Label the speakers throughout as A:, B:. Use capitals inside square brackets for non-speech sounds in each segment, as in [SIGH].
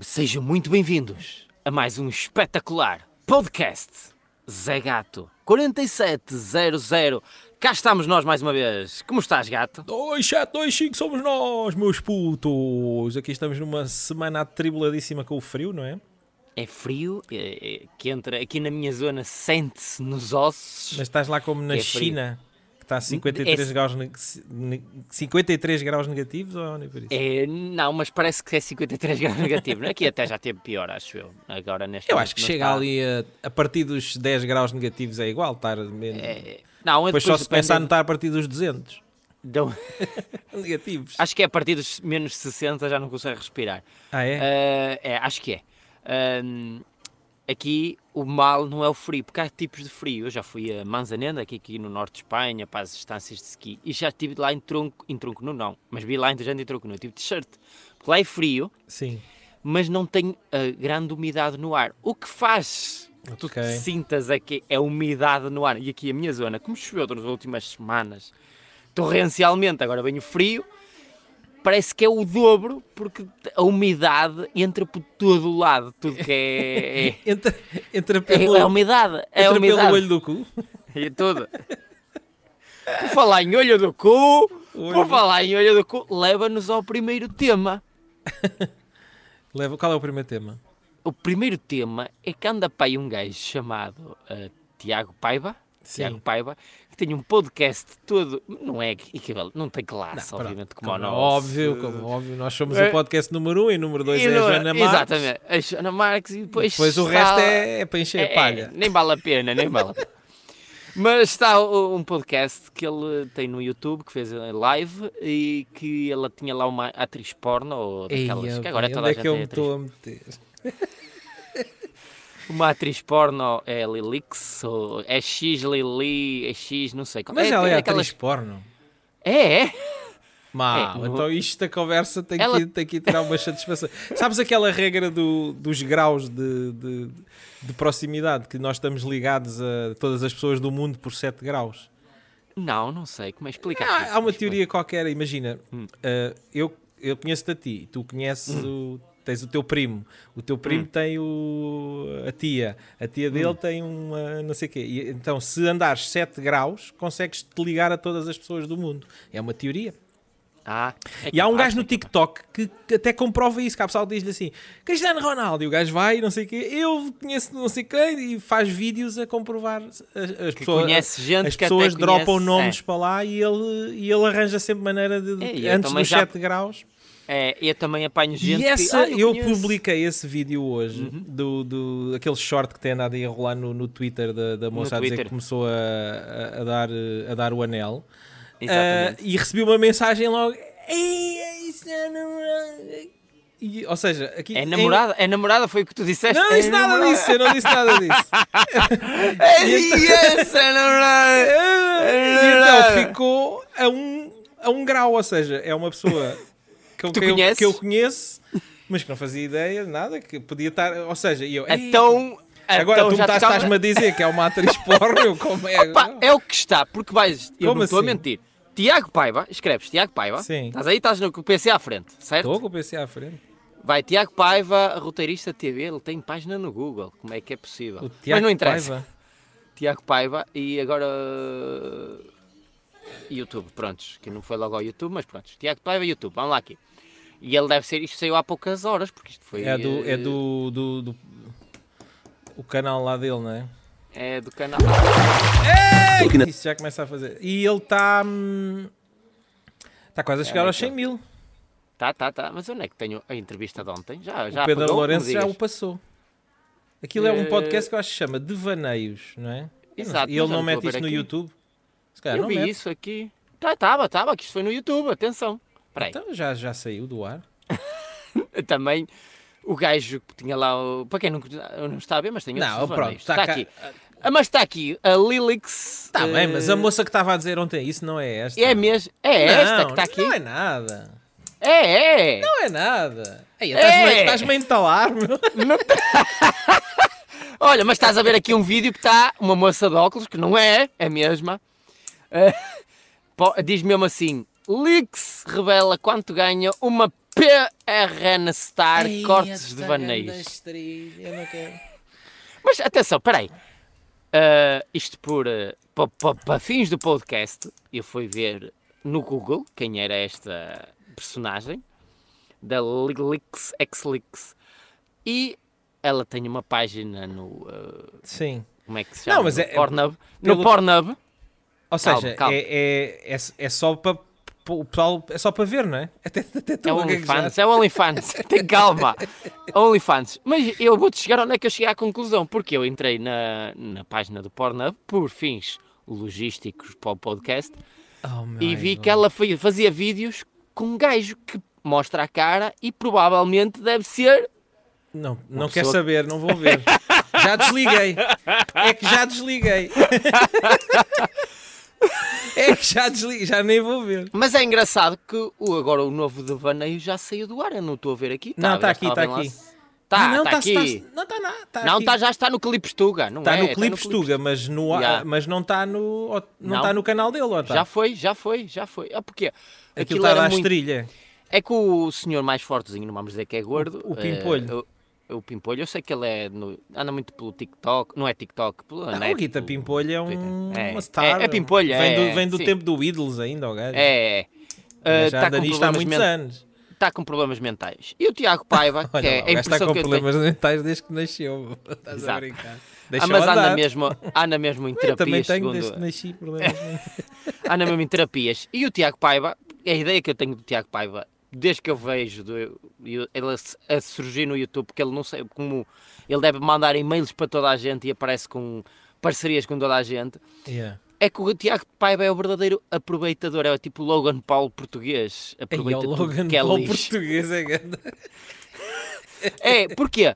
A: Sejam muito bem-vindos a mais um espetacular podcast Zé Gato 4700. Cá estamos nós mais uma vez. Como estás, gato?
B: 2725 somos nós, meus putos! Aqui estamos numa semana atribuladíssima com o frio, não é?
A: É frio, é- é- que entra aqui na minha zona, sente-se nos ossos.
B: Mas estás lá como na
A: É frio.
B: China, que está a 53,
A: É-
B: graus, ne- ne- 53 graus negativos ou nem por isso?
A: É, não, mas parece que é 53 [LAUGHS] graus negativo. não é? Aqui até já teve pior, acho eu. Agora neste
B: Eu
A: momento
B: acho que
A: não
B: chega
A: está.
B: ali a, a partir dos 10 graus negativos é igual, estar menos.
A: É, não,
B: depois, só se
A: depende
B: pensar a notar a partir dos 200
A: do-
B: [LAUGHS] negativos.
A: [LAUGHS] Acho que é a partir dos menos 60 já não consegue respirar.
B: Ah, é?
A: Ah, é, acho que é. Ahm, aqui o mal não é o frio, porque há tipos de frio. Eu já fui a Manzaneda, aqui, aqui no norte de Espanha, para as estâncias de ski, e já estive lá em tronco, em tronco nu não, mas vi lá em gente em tronco nu, tive t-shirt. Porque lá é frio,
B: Sim.
A: mas não tem ah, grande umidade no ar. O que faz tu
B: Ok.
A: te sintas aqui é umidade no ar. E aqui a minha zona, como choveu nas últimas semanas, torrencialmente, agora vem o frio, parece que é o dobro, porque a umidade entra por todo o lado, tudo que é... é...
B: Entra, entra
A: É,
B: [LAUGHS] pelo,
A: é umidade, é
B: entra pelo
A: umidade,
B: olho do cu.
A: é tudo. Por falar em olho do cu, por
B: Olho.
A: falar em olho do cu, leva-nos ao primeiro tema.
B: Leva, qual é o primeiro tema?
A: O primeiro tema é que anda para aí um gajo chamado ah, Tiago Paiva.
B: Sim.
A: Tiago Paiva, que tem um podcast todo. Não é equivalente, não tem classe,
B: Pronto,
A: obviamente, como,
B: como
A: o
B: é
A: nosso.
B: Óbvio, como é óbvio. Nós somos
A: É.
B: o podcast número 1 um, e número 2
A: E
B: é a
A: não-
B: Joana Marques.
A: Exatamente, a Joana Marques e depois.
B: Depois o
A: está-
B: resto é, é para encher
A: é,
B: a palha.
A: nem vale a pena, nem vale a pena. Mas está o- um podcast que ele tem no YouTube, que fez eh, live, e que ela tinha lá uma atriz porno, ou daquelas,
B: Ei,
A: que agora
B: bem,
A: toda
B: onde
A: a
B: é
A: gente
B: que eu
A: é
B: me
A: atriz
B: estou a meter?
A: Uma atriz porno é Lilix, ou é X Lili, é X, não sei. qual-
B: Mas
A: é,
B: ela é,
A: é
B: atriz porno.
A: É, é.
B: Mau,
A: É, no-
B: então isto da conversa tem,
A: Ela-
B: que, tem que tirar uma satisfação. Sabes aquela regra do- dos graus de, de- de proximidade, que nós estamos ligados a todas as pessoas do mundo por 7 graus?
A: Não, não sei como é explicar.
B: Ah, Há,
A: isso,
B: há uma
A: mas
B: teoria qualquer, imagina, ah, eu, eu conheço-te a ti, tu conheces o. Tens o teu primo, o teu primo tem o, a tia, a tia dele tem uma não sei o quê. E, então, se andares 7 graus, consegues te ligar a todas as pessoas do mundo. É uma teoria.
A: pronto. Ah, é
B: E há um
A: capaz,
B: gajo no
A: é capaz.
B: TikTok que, que até comprova isso, que a pessoa diz-lhe assim, Cristiano Ronaldo, e o gajo vai, não sei o quê, eu conheço não sei quem, e faz vídeos a comprovar as, as
A: Que
B: pessoas.
A: conhece gente
B: as
A: que até conhece,
B: pessoas dropam
A: é.
B: nomes para lá e ele, e ele arranja sempre maneira de,
A: É, e eu
B: antes
A: também
B: dos
A: já-
B: 7 graus.
A: É, eu também apanho gente
B: e
A: que-
B: essa,
A: Ah,
B: eu,
A: conheço. Uhum.
B: publiquei esse vídeo hoje, do, do, aquele short que tem andado aí a rolar no, no Twitter da, da moça a dizer
A: Twitter.
B: que começou a, a- a dar, eh, a dar o anel.
A: Exatamente.
B: Ah, e recebi uma mensagem logo. "Ei, ei, isso é namorada." E, ou seja, aqui.
A: É namorada, é namorada, foi o que tu
B: em-
A: disseste.
B: Não
A: é
B: disse nada
A: namorada.
B: disso, eu não disse nada disso.
A: [LAUGHS] É isso, é namorada. É
B: e então ficou a um, a um grau, ou seja, é uma pessoa com
A: Tu
B: quem eu,
A: conheces?
B: que eu conheço, mas que não fazia ideia de nada, que podia estar. Ou seja, e eu. "Ei,
A: Então.
B: Agora
A: então
B: tu me
A: já
B: estás-
A: tocava-
B: estás-me a dizer que é
A: [LAUGHS]
B: uma atriz porno, eu como é?
A: Pá, é o que está, porque vais. Eu
B: Como
A: não estou a
B: assim?
A: mentir. Tiago Paiva, escreves Tiago Paiva.
B: Sim.
A: Estás aí, estás no PC à frente, certo?
B: Estou com o PC à frente.
A: Vai, Tiago Paiva, roteirista TV, ele tem página no Google, como é que é possível?
B: O
A: Mas
B: Tiago
A: não interessa.
B: Paiva.
A: Tiago Paiva e agora. uh, YouTube, prontos, que não foi logo ao YouTube, mas prontos. Tiago Paiva, YouTube, vamos lá aqui. E ele deve ser, isto saiu há poucas horas, porque isto foi.
B: É do, é
A: eh,
B: do, do, do- O canal lá dele, não é?
A: É do canal.
B: Isso já começa a fazer. E ele está. hum, Está quase a chegar
A: bem,
B: aos 100 mil.
A: Tá, tá, tá, mas onde é que tenho a entrevista de ontem? Já, já.
B: o Pedro
A: apagou? Não me
B: Lourenço já
A: digas.
B: o passou. Aquilo é um
A: Eh,
B: podcast que eu acho que se chama Devaneios, não é? Eu não
A: Exato,
B: sei. E
A: mas
B: ele
A: eu
B: não
A: não
B: mete
A: estou a
B: isso
A: ver
B: no
A: aqui.
B: YouTube? Se
A: Eu
B: calhar é, não
A: vi
B: mete.
A: isso aqui. Tá, tava, tava, que isto foi no YouTube, atenção. Peraí.
B: Então já, já saiu do ar.
A: [LAUGHS] Também o gajo que tinha lá, o... para quem não, não está a ver, mas tem outros
B: Não, pronto. tá
A: devaneios. Está,
B: cá-
A: aqui. Ah, Mas está aqui, a Lilix.
B: Está Tá bem,
A: eh,
B: mas a moça que estava a dizer ontem isso não é esta.
A: É mesmo, é esta que está aqui.
B: Não é nada.
A: É, é.
B: Não é nada. Ei,
A: É.
B: Estás-me estás-me a entalar,
A: [LAUGHS]
B: meu.
A: Olha, mas estás a ver aqui um vídeo que está uma moça de óculos, que não é a mesma. [LAUGHS] Eh, po- diz mesmo assim: Lix revela quanto ganha uma PRN Star Cortes de Vaneios. Mas atenção, peraí. Ah, isto por para fins do podcast, eu fui ver no Google quem era esta personagem da Lix Xlix e ela tem uma página no ah,
B: Sim.
A: como é que se
B: Não,
A: chama?
B: mas
A: no
B: é-
A: Pornhub.
B: pelo-
A: No Pornhub. É
B: Ou
A: Calma,
B: seja,
A: calma.
B: É, é, é, é só para o pessoal é só para ver, não é? Até, até tu
A: É o
B: gaguejar.
A: OnlyFans, é o OnlyFans, [LAUGHS] tem calma. OnlyFans. Mas eu vou-te chegar onde é que eu cheguei à conclusão, porque eu entrei na, na página do Pornhub por fins logísticos para o podcast
B: Oh, meu
A: e vi
B: Deus.
A: que ela foi- fazia vídeos com um gajo que mostra a cara e provavelmente deve ser.
B: Não, não quer
A: pessoa-
B: saber, não vou
A: [LAUGHS]
B: ver. já desliguei. É que
A: [LAUGHS]
B: já desliguei. é que já desliguei, já nem vou ver.
A: Mas é engraçado que o, agora o novo devaneio já saiu do ar, eu não estou a ver aqui.
B: Não,
A: já
B: tá aqui,
A: estava
B: tá
A: bem lá.
B: aqui.
A: Tá,
B: não,
A: tá
B: tá-
A: aqui.
B: tá- não está nada. Tá
A: não,
B: aqui.
A: tá, já está no clipe Stuga, não
B: Tá
A: é?
B: no
A: Tá
B: clipe Stuga, mas, no,
A: Yeah.
B: mas não está no, ou- não
A: Não.
B: tá no canal dele, ou tá?
A: Já foi, já foi, já foi. Ah, porquê?
B: Aquilo
A: era
B: estava à
A: muito-
B: estrilha.
A: É que o senhor mais fortezinho, não vamos dizer que é gordo.
B: O- o
A: eh,
B: Pimpolho.
A: o, o Pimpolho, eu sei que ele é no- anda muito pelo TikTok, não é TikTok, pelo
B: Não,
A: net,
B: o Tá Guita
A: pelo
B: Pimpolho é
A: Twitter.
B: um,
A: É,
B: uma star.
A: É, é Pimpolho,
B: vem
A: é.
B: do, vem do
A: sim.
B: tempo do Idols ainda, o gajo.
A: É, é. Eh,
B: já
A: tá
B: anda
A: com
B: nisto há
A: problemas
B: muitos
A: men-
B: anos.
A: tá com problemas mentais. E o Tiago Paiva, que
B: [LAUGHS] Olha
A: é
B: lá,
A: a
B: o gajo está
A: impressão
B: com
A: que eu tenho.
B: problemas mentais desde que nasceu. [LAUGHS] Estás a
A: Exato.
B: brincar.
A: Ah,
B: Deixa-o
A: mas anda
B: andar.
A: mesmo, anda mesmo em
B: [LAUGHS] Eu também
A: terapias,
B: tenho
A: segundo.
B: desde que nasci problemas
A: [LAUGHS]
B: mentais.
A: Anda mesmo em terapias. E o Tiago Paiva, é a ideia que eu tenho do Tiago Paiva, desde que eu vejo do, eu- ele a, se- a surgir no YouTube, porque ele não sei como. Ele deve mandar e-mails para toda a gente e aparece com parcerias com toda a gente.
B: Yeah.
A: É que o Tiago Paiva é o verdadeiro aproveitador, é o tipo Logan Paul português.
B: Ei,
A: Aproveita
B: o
A: tudo
B: Logan
A: que é
B: Paul
A: lixo.
B: português é grande.
A: É, porquê?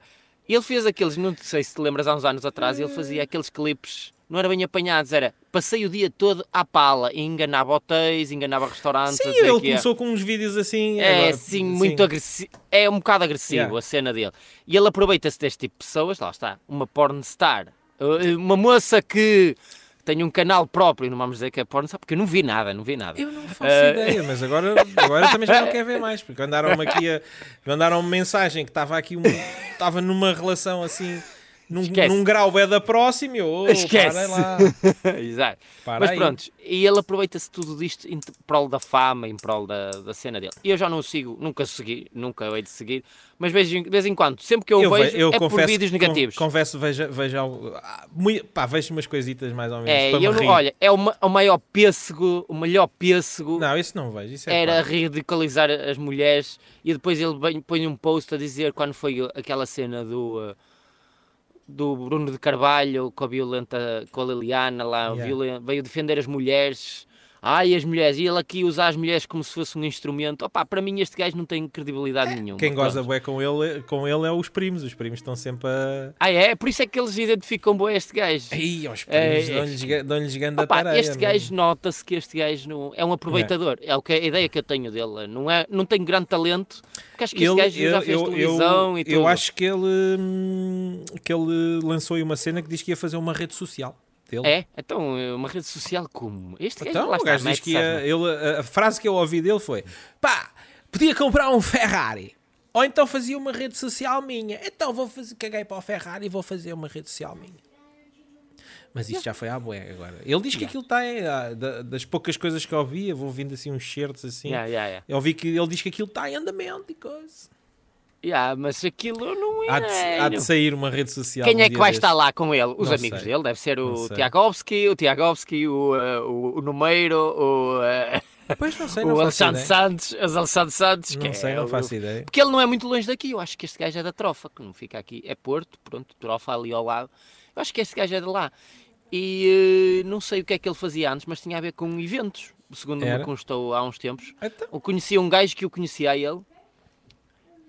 A: Ele fez aqueles, não sei se te lembras, há uns anos atrás, ele fazia aqueles clipes, não era bem apanhados, era passei o dia todo à pala, e enganava hotéis, enganava restaurantes. a
B: Sim,
A: dizer
B: ele
A: que é.
B: começou com uns vídeos assim.
A: É,
B: agora-
A: assim, muito agressivo. É um bocado agressivo
B: Yeah.
A: a cena dele. E ele aproveita-se deste tipo de pessoas, lá está, uma pornstar. Uh, Uma moça que tem um canal próprio, não vamos dizer que é pornstar, porque eu não vi nada, não vi nada.
B: Eu não faço
A: Eh,
B: ideia, mas agora, agora também já não quer ver mais, porque mandaram-me aqui a, mandaram mensagem que estava aqui, um- estava numa relação assim, num,
A: Esquece.
B: num grau é da próxima, e eu, oh,
A: [LAUGHS] Esquece.
B: parem lá.
A: Exato.
B: Para
A: Mas
B: aí.
A: pronto, e ele aproveita-se tudo disto em t- prol da fama, em prol da, da cena dele. E eu já não o sigo, nunca segui, nunca hei de seguir, mas vejo em- de vez em quando, sempre que eu,
B: ve-
A: vejo, é por vídeos
B: con-
A: negativos.
B: confesso, vejo, vejo, algo- ah, mui- pá, vejo umas coisitas mais ou menos
A: é,
B: para
A: e eu
B: me
A: não,
B: rir.
A: olha, é o, ma- o maior pêssego, o melhor pêssego
B: Não, isso não vejo, isso é
A: era
B: pá.
A: ridicularizar as mulheres e depois ele vem- põe um post a dizer quando foi aquela cena do eh, do Bruno de Carvalho com a violenta com a Liliana lá
B: Yeah.
A: violen- veio defender as mulheres ai as mulheres e ele aqui usar as mulheres como se fosse um instrumento opá para mim este gajo não tem credibilidade nenhuma
B: É, Quem goza
A: Pronto.
B: bué com ele, com ele é os primos, os primos estão sempre a...
A: ah é por isso é que eles identificam bem este gajo
B: Ei, aos
A: É,
B: primos, dão-lhes ga- dão-lhes ganda
A: Opa,
B: tareia.
A: este gajo nota-se que este gajo não- é um aproveitador. É o que, a ideia que eu tenho dele. Não, é, não tem grande talento, porque acho que este gajo já fez televisão
B: eu,
A: e tudo.
B: eu acho que ele, hum, que ele lançou aí uma cena que diz que ia fazer uma rede social dele.
A: É, então, é uma rede social como? Este gajo
B: Então,
A: lá
B: o
A: está,
B: gajo diz
A: mete,
B: que
A: sabe?
B: ia, ele, a- a frase que eu ouvi dele foi: pá, podia comprar um Ferrari. Ou então fazia uma rede social minha. Então vou fazer, caguei para o Ferrari e vou fazer uma rede social minha. Mas isto já foi à boé agora. Ele diz que aquilo está. é, ah, da- das poucas coisas que eu ouvi, eu vou ouvindo assim uns certos assim.
A: Yeah, yeah, yeah.
B: Eu ouvi que ele diz que aquilo está em andamento e coisa.
A: Yeah, mas aquilo não é.
B: Há de, há de sair uma rede social.
A: Quem
B: um
A: é que
B: dia
A: vai
B: destes.
A: estar lá com ele? Os
B: Não
A: amigos
B: sei.
A: dele, deve ser
B: Não
A: o
B: sei.
A: Tiagovski, o Tiagovski, o, eh, o, o Numeiro, o, eh,
B: Pois não sei, não
A: o
B: faço
A: Alexandre
B: ideia.
A: Santos, os Alexandre Santos. que
B: Não sei,
A: é
B: não
A: o-
B: faço ideia.
A: Porque ele não é muito longe daqui. Eu acho que este gajo é da Trofa, que não fica aqui. É Porto, pronto, Trofa ali ao lado. Eu acho que este gajo é de lá. E eh, não sei o que é que ele fazia antes, mas tinha a ver com eventos, segundo
B: Era?
A: me constou há uns tempos.
B: Então,
A: Eu conhecia um gajo que eu conhecia a ele.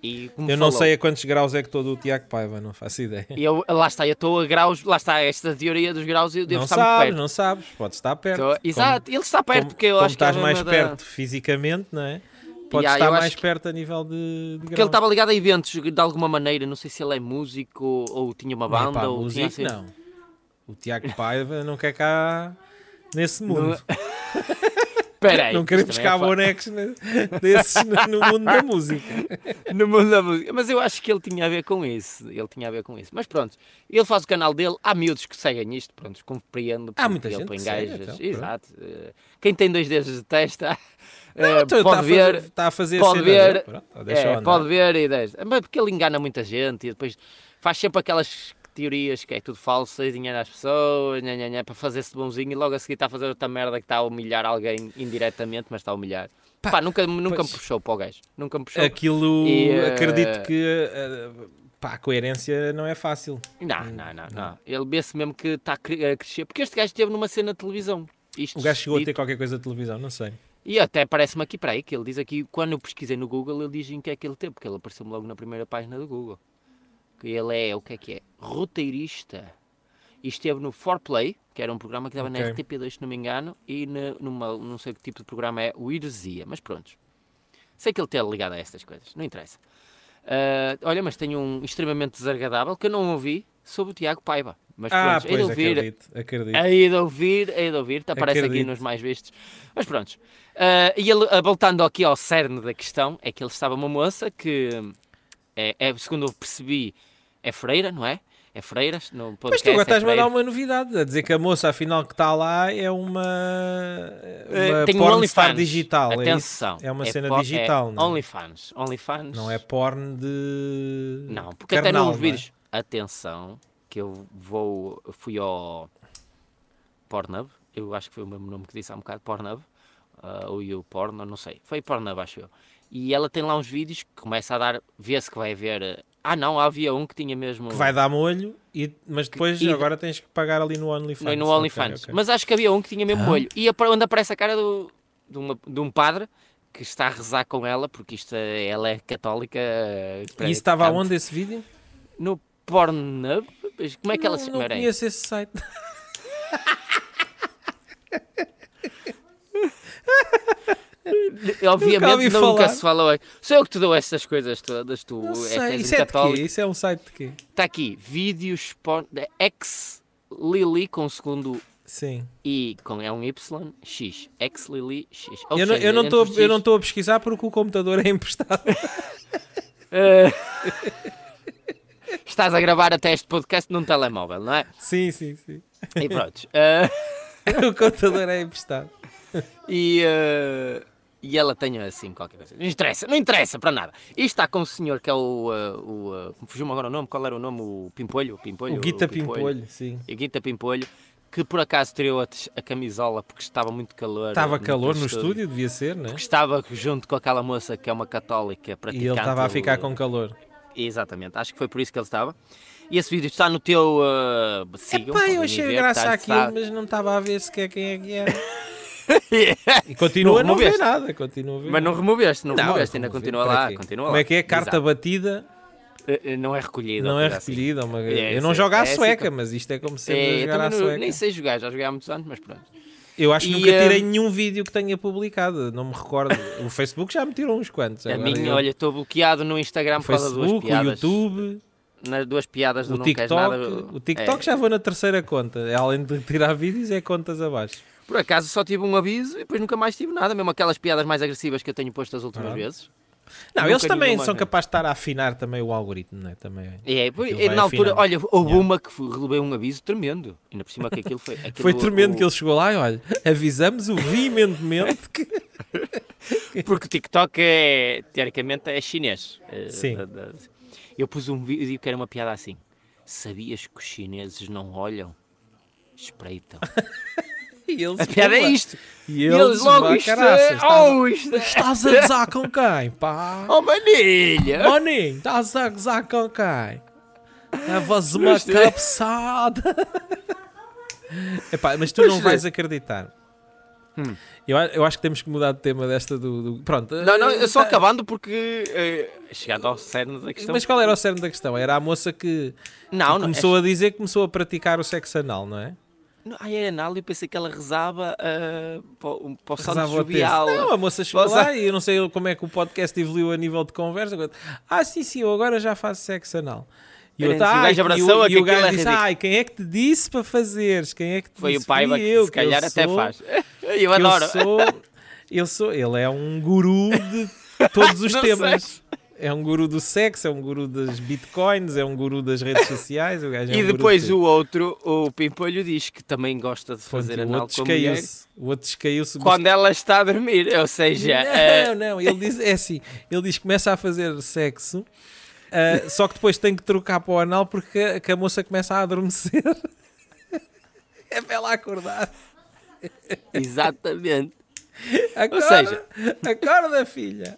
A: E como
B: eu não
A: falou-
B: sei a quantos graus é que estou do Tiago Paiva, não faço ideia.
A: E eu, lá está, eu estou a graus, lá está, esta teoria dos graus eu devo
B: Não
A: estar
B: sabes,
A: muito perto.
B: não sabes, pode estar perto.
A: Estou-
B: Como-
A: Exato, ele está perto,
B: como-
A: porque eu
B: como
A: acho que
B: estás
A: é a
B: mais
A: mesma da-
B: perto fisicamente, não é? Pode
A: Yeah,
B: estar
A: eu acho
B: mais
A: que-
B: perto a nível de, de
A: Porque ele tá
B: graus.
A: estava ligado a eventos de alguma maneira, não sei se ele é músico ou, ou tinha uma
B: Não é
A: banda
B: pá,
A: ou tinha
B: músico,
A: assim-
B: não. O Tiago Paiva não quer cá nesse mundo.
A: Espera aí.
B: Não queremos
A: isto também é
B: cá bonecos na- desses no- no
A: [LAUGHS]
B: mundo da música.
A: fa- [LAUGHS] no mundo da música. Mas eu acho que ele tinha a ver com isso. Ele tinha a ver com isso. Mas pronto, ele faz o canal dele. Há miúdos que seguem isto, pronto, compreendo.
B: Há
A: porque
B: muita
A: ele
B: gente
A: põe
B: que segue,
A: gajas.
B: então, pronto.
A: Exato. Eh, Quem tem dois dedos de
B: [LAUGHS]
A: testa eh,
B: Então, está a
A: pode ver.
B: fazer, está a fazer
A: pode
B: a cena,
A: ver,
B: pronto,
A: É,
B: deixa eu andar.
A: pode ver e deixa. Mas é porque ele engana muita gente e depois faz sempre aquelas teorias que é tudo falso e dinheiro às pessoas, nha, nha, nha, para fazer-se bonzinho e logo a seguir está a fazer outra merda que está a humilhar alguém indiretamente, mas está a humilhar. Pá, nunca, nunca me
B: pois.
A: puxou para o gajo. Nunca me puxou.
B: Aquilo,
A: E, eh,
B: acredito que eh, pá, a coerência não é fácil.
A: Não, não, não, não. Ele vê-se mesmo que está a cre- a crescer. Porque este gajo esteve numa cena de televisão. Isto
B: O gajo chegou a
A: dito-
B: ter qualquer coisa de televisão, não sei.
A: E até parece-me aqui, para aí, que ele diz aqui, quando eu pesquisei no Google, ele diz em que é que ele teve, porque ele apareceu-me logo na primeira página do Google. Que ele é, o que é que é? Roteirista. E esteve no 4Play, que era um programa que dava na
B: Ok.
A: RTP2, se não me engano, e na- numa, não sei que tipo de programa é, o Heresia, mas prontos. Sei que ele está ligado a estas coisas, não interessa. Ah, olha, mas tenho um extremamente desagradável que eu não ouvi sobre o Tiago Paiva. Mas
B: Ah,
A: pronto, hei de
B: pois,
A: ouvir,
B: acredito, acredito.
A: Aí de ouvir, aí de ouvir, te aparece aqui
B: Acredito.
A: nos mais vistos. Mas pronto. Ah, e ele, ah, voltando aqui ao cerne da questão, é que ele estava uma moça que, é, é, segundo eu percebi, é freira, não é? É freira, no podcast,
B: Mas tu
A: é
B: agora estás-me a
A: freira.
B: dar uma novidade, a dizer que a moça, afinal, que está lá é uma, uma
A: Eh, tem um
B: pornstar
A: OnlyFans.
B: digital. é isso?
A: Atenção.
B: É uma cena
A: po- é
B: digital, não é?
A: OnlyFans. OnlyFans.
B: Não é porn de.
A: Não, porque
B: carnal,
A: até nos
B: não é?
A: vídeos. Atenção, que eu vou. Fui ao Pornhub, eu acho que foi o mesmo nome que disse há um bocado, Pornhub, ah, ou eu Porno, não sei. Foi Pornhub, acho eu. E ela tem lá uns vídeos que começa a dar. Vê-se que vai haver. eh, Ah, não, havia um que tinha mesmo.
B: Que vai dar molho, e, mas depois
A: e-
B: agora tens que pagar ali no OnlyFans.
A: no, no
B: Ok,
A: OnlyFans.
B: ok.
A: Mas acho que havia um que tinha mesmo olho. E apa- onde aparece a cara do, de, uma- de um padre que está a rezar com ela, porque isto, é- ela é católica. eh,
B: E isso estava
A: praticante.
B: aonde esse vídeo?
A: No Pornhub? Mas Como é que ela se
B: não, não
A: chama? Peraí.
B: conheço esse site.
A: [LAUGHS] Obviamente
B: ouvi
A: nunca,
B: falar.
A: se falou. aqui. Sou eu que te dou estas coisas todas, tu
B: Não
A: és
B: sei.
A: és um
B: Isso é de quê?
A: católico.
B: Isso é um site de quê?
A: Está aqui, vídeos porn... ex Lili com segundo
B: Sim.
A: I com é um Y, X, ex Lili X. Ou
B: Eu não,
A: seja,
B: eu, não
A: entre
B: estou,
A: os
B: eu não
A: X.
B: estou a pesquisar porque o computador
A: [LAUGHS]
B: é emprestado.
A: Eh, [LAUGHS] Estás a gravar até este podcast num telemóvel, não é?
B: sim, sim, sim.
A: E pronto. eh,
B: O computador é emprestado.
A: E, eh, e ela tem assim qualquer coisa. Não interessa, não interessa para nada. Isto está com o senhor que é o. eh, o eh, me fugiu-me agora o nome, qual era o nome? O Pimpolho? O, Pimpolho,
B: O Guita Pimpolho, sim.
A: E Guita Pimpolho, que por acaso tirou a, tes- a camisola porque estava muito calor.
B: Estava
A: eh,
B: calor no estúdio, devia ser, né?
A: Que estava junto com aquela moça que é uma católica
B: E
A: praticante.
B: ele estava a ficar
A: do-
B: com calor.
A: Exatamente, acho que foi por isso que ele estava. E esse vídeo está no teu. Uh, sigam,
B: Epá,
A: podem
B: eu achei
A: ver, tá
B: graça
A: está-
B: àquilo,
A: está-
B: mas não estava a ver sequer quem é
A: [LAUGHS]
B: que era. E continua a
A: Não
B: não ver
A: removeste.
B: nada, continua a ver.
A: Mas não removeste, não,
B: Não,
A: removeste, ainda
B: removi.
A: continua
B: Para
A: lá,
B: quê?
A: continua
B: Como
A: lá.
B: é que é? Carta
A: Exato.
B: batida,
A: Eh, eh, Não é recolhida.
B: não
A: ou
B: é
A: coisa assim.
B: recolhida. uma-
A: É,
B: Eu não
A: sim.
B: jogo à
A: É assim
B: sueca,
A: que-
B: mas isto é como
A: É,
B: sempre a
A: eu
B: jogar
A: também
B: à
A: não- nem
B: sueca.
A: sei jogar, já joguei há muitos anos, mas pronto.
B: Eu acho que
A: E,
B: nunca tirei
A: hum,
B: nenhum vídeo que tenha publicado, não me recordo. O Facebook já me tirou uns quantos.
A: a
B: agora
A: minha,
B: eu-
A: olha, estou bloqueado no Instagram
B: o
A: por causa de duas
B: Facebook, o
A: piadas.
B: YouTube,
A: Nas duas piadas do
B: o
A: não queres
B: TikTok.
A: nada. É.
B: O TikTok já vou na terceira conta. É Além de tirar vídeos, é contas abaixo.
A: Por acaso só tive um aviso e depois nunca mais tive nada, mesmo aquelas piadas mais agressivas que eu tenho posto as últimas
B: Ah.
A: vezes.
B: Não,
A: Nunca
B: eles também
A: nenhuma
B: são
A: vez.
B: capazes de estar a afinar também o algoritmo, né? Também.
A: É, pois,
B: Aquilo
A: é,
B: vai
A: na altura,
B: afinando.
A: olha, houve uma que fui- relevei um aviso tremendo. Ainda por cima que aquilo
B: [LAUGHS]
A: foi. aquilo-
B: Foi tremendo
A: o-
B: que ele chegou lá e olha, avisamos o veementemente
A: [LAUGHS]
B: que.
A: Porque o TikTok é, teoricamente, é chinês. É,
B: Sim.
A: da- da- Eu pus um vídeo que era uma piada assim. Sabias que os chineses não olham? Espreitam.
B: [LAUGHS] E eles
A: A piada é
B: pumba.
A: isto.
B: E
A: E
B: eles,
A: eles logo
B: vá,
A: isto
B: caraças, tá
A: é...
B: estás,
A: Oh, isto é...
B: estás a gozar com quem? Pá!
A: Oh, manilha!
B: Maninho, estás a gozar com quem? Levas uma
A: Isto é-
B: cabeçada! Epá, mas tu não
A: Isto é-
B: vais acreditar. Eu, a- eu acho que temos que mudar de tema desta do. do- Pronto.
A: Hum. Não, não, eu só
B: tá-
A: acabando porque... eh, chegado ao cerne da questão...
B: Mas qual era o cerne da questão? Era a moça que
A: é um Ah, Não, é não...
B: começou a dizer que começou a praticar o sexo anal, não é?
A: não Ai, é anal, eu pensei que ela rezava eh, para o- para o santo
B: Rezava o texto.
A: jovial.
B: Não, a moça chegou
A: Posso-
B: lá e eu não sei como é que o podcast evoluiu a nível de conversa. agora, Ah, sim, sim, eu agora já faço sexo anal. E
A: Peraí, o
B: "Ai",
A: gajo abraçou-a
B: e
A: que
B: o gajo
A: aquilo é
B: disse,
A: ridículo.
B: ai, quem é que te disse para fazeres? Quem é que te
A: Foi
B: disse?
A: o Paiva
B: Fui
A: que
B: eu,
A: se calhar
B: eu
A: até
B: sou-
A: faz. [LAUGHS] Eu
B: que
A: adoro.
B: Eu sou... Eu sou, ele é um guru de
A: [LAUGHS]
B: todos os
A: Não
B: temas. É um guru do sexo, é um guru das bitcoins, é um guru das redes sociais. O gajo é um
A: E
B: guru
A: depois
B: de-
A: o outro, o Pimpolho, diz que também gosta de
B: Pronto,
A: fazer
B: o
A: anal
B: outro
A: com a mulher
B: descaiu-se. O outro descaiu-se.
A: quando ela está a dormir. Ou seja, eh,
B: Não, não, ele diz, é assim, ele diz que começa a fazer sexo, ah, só que depois tem que trocar para o anal porque a, que a moça começa a adormecer. [LAUGHS] é para ela acordar.
A: exatamente.
B: Acorda,
A: seja-
B: acorda, filha.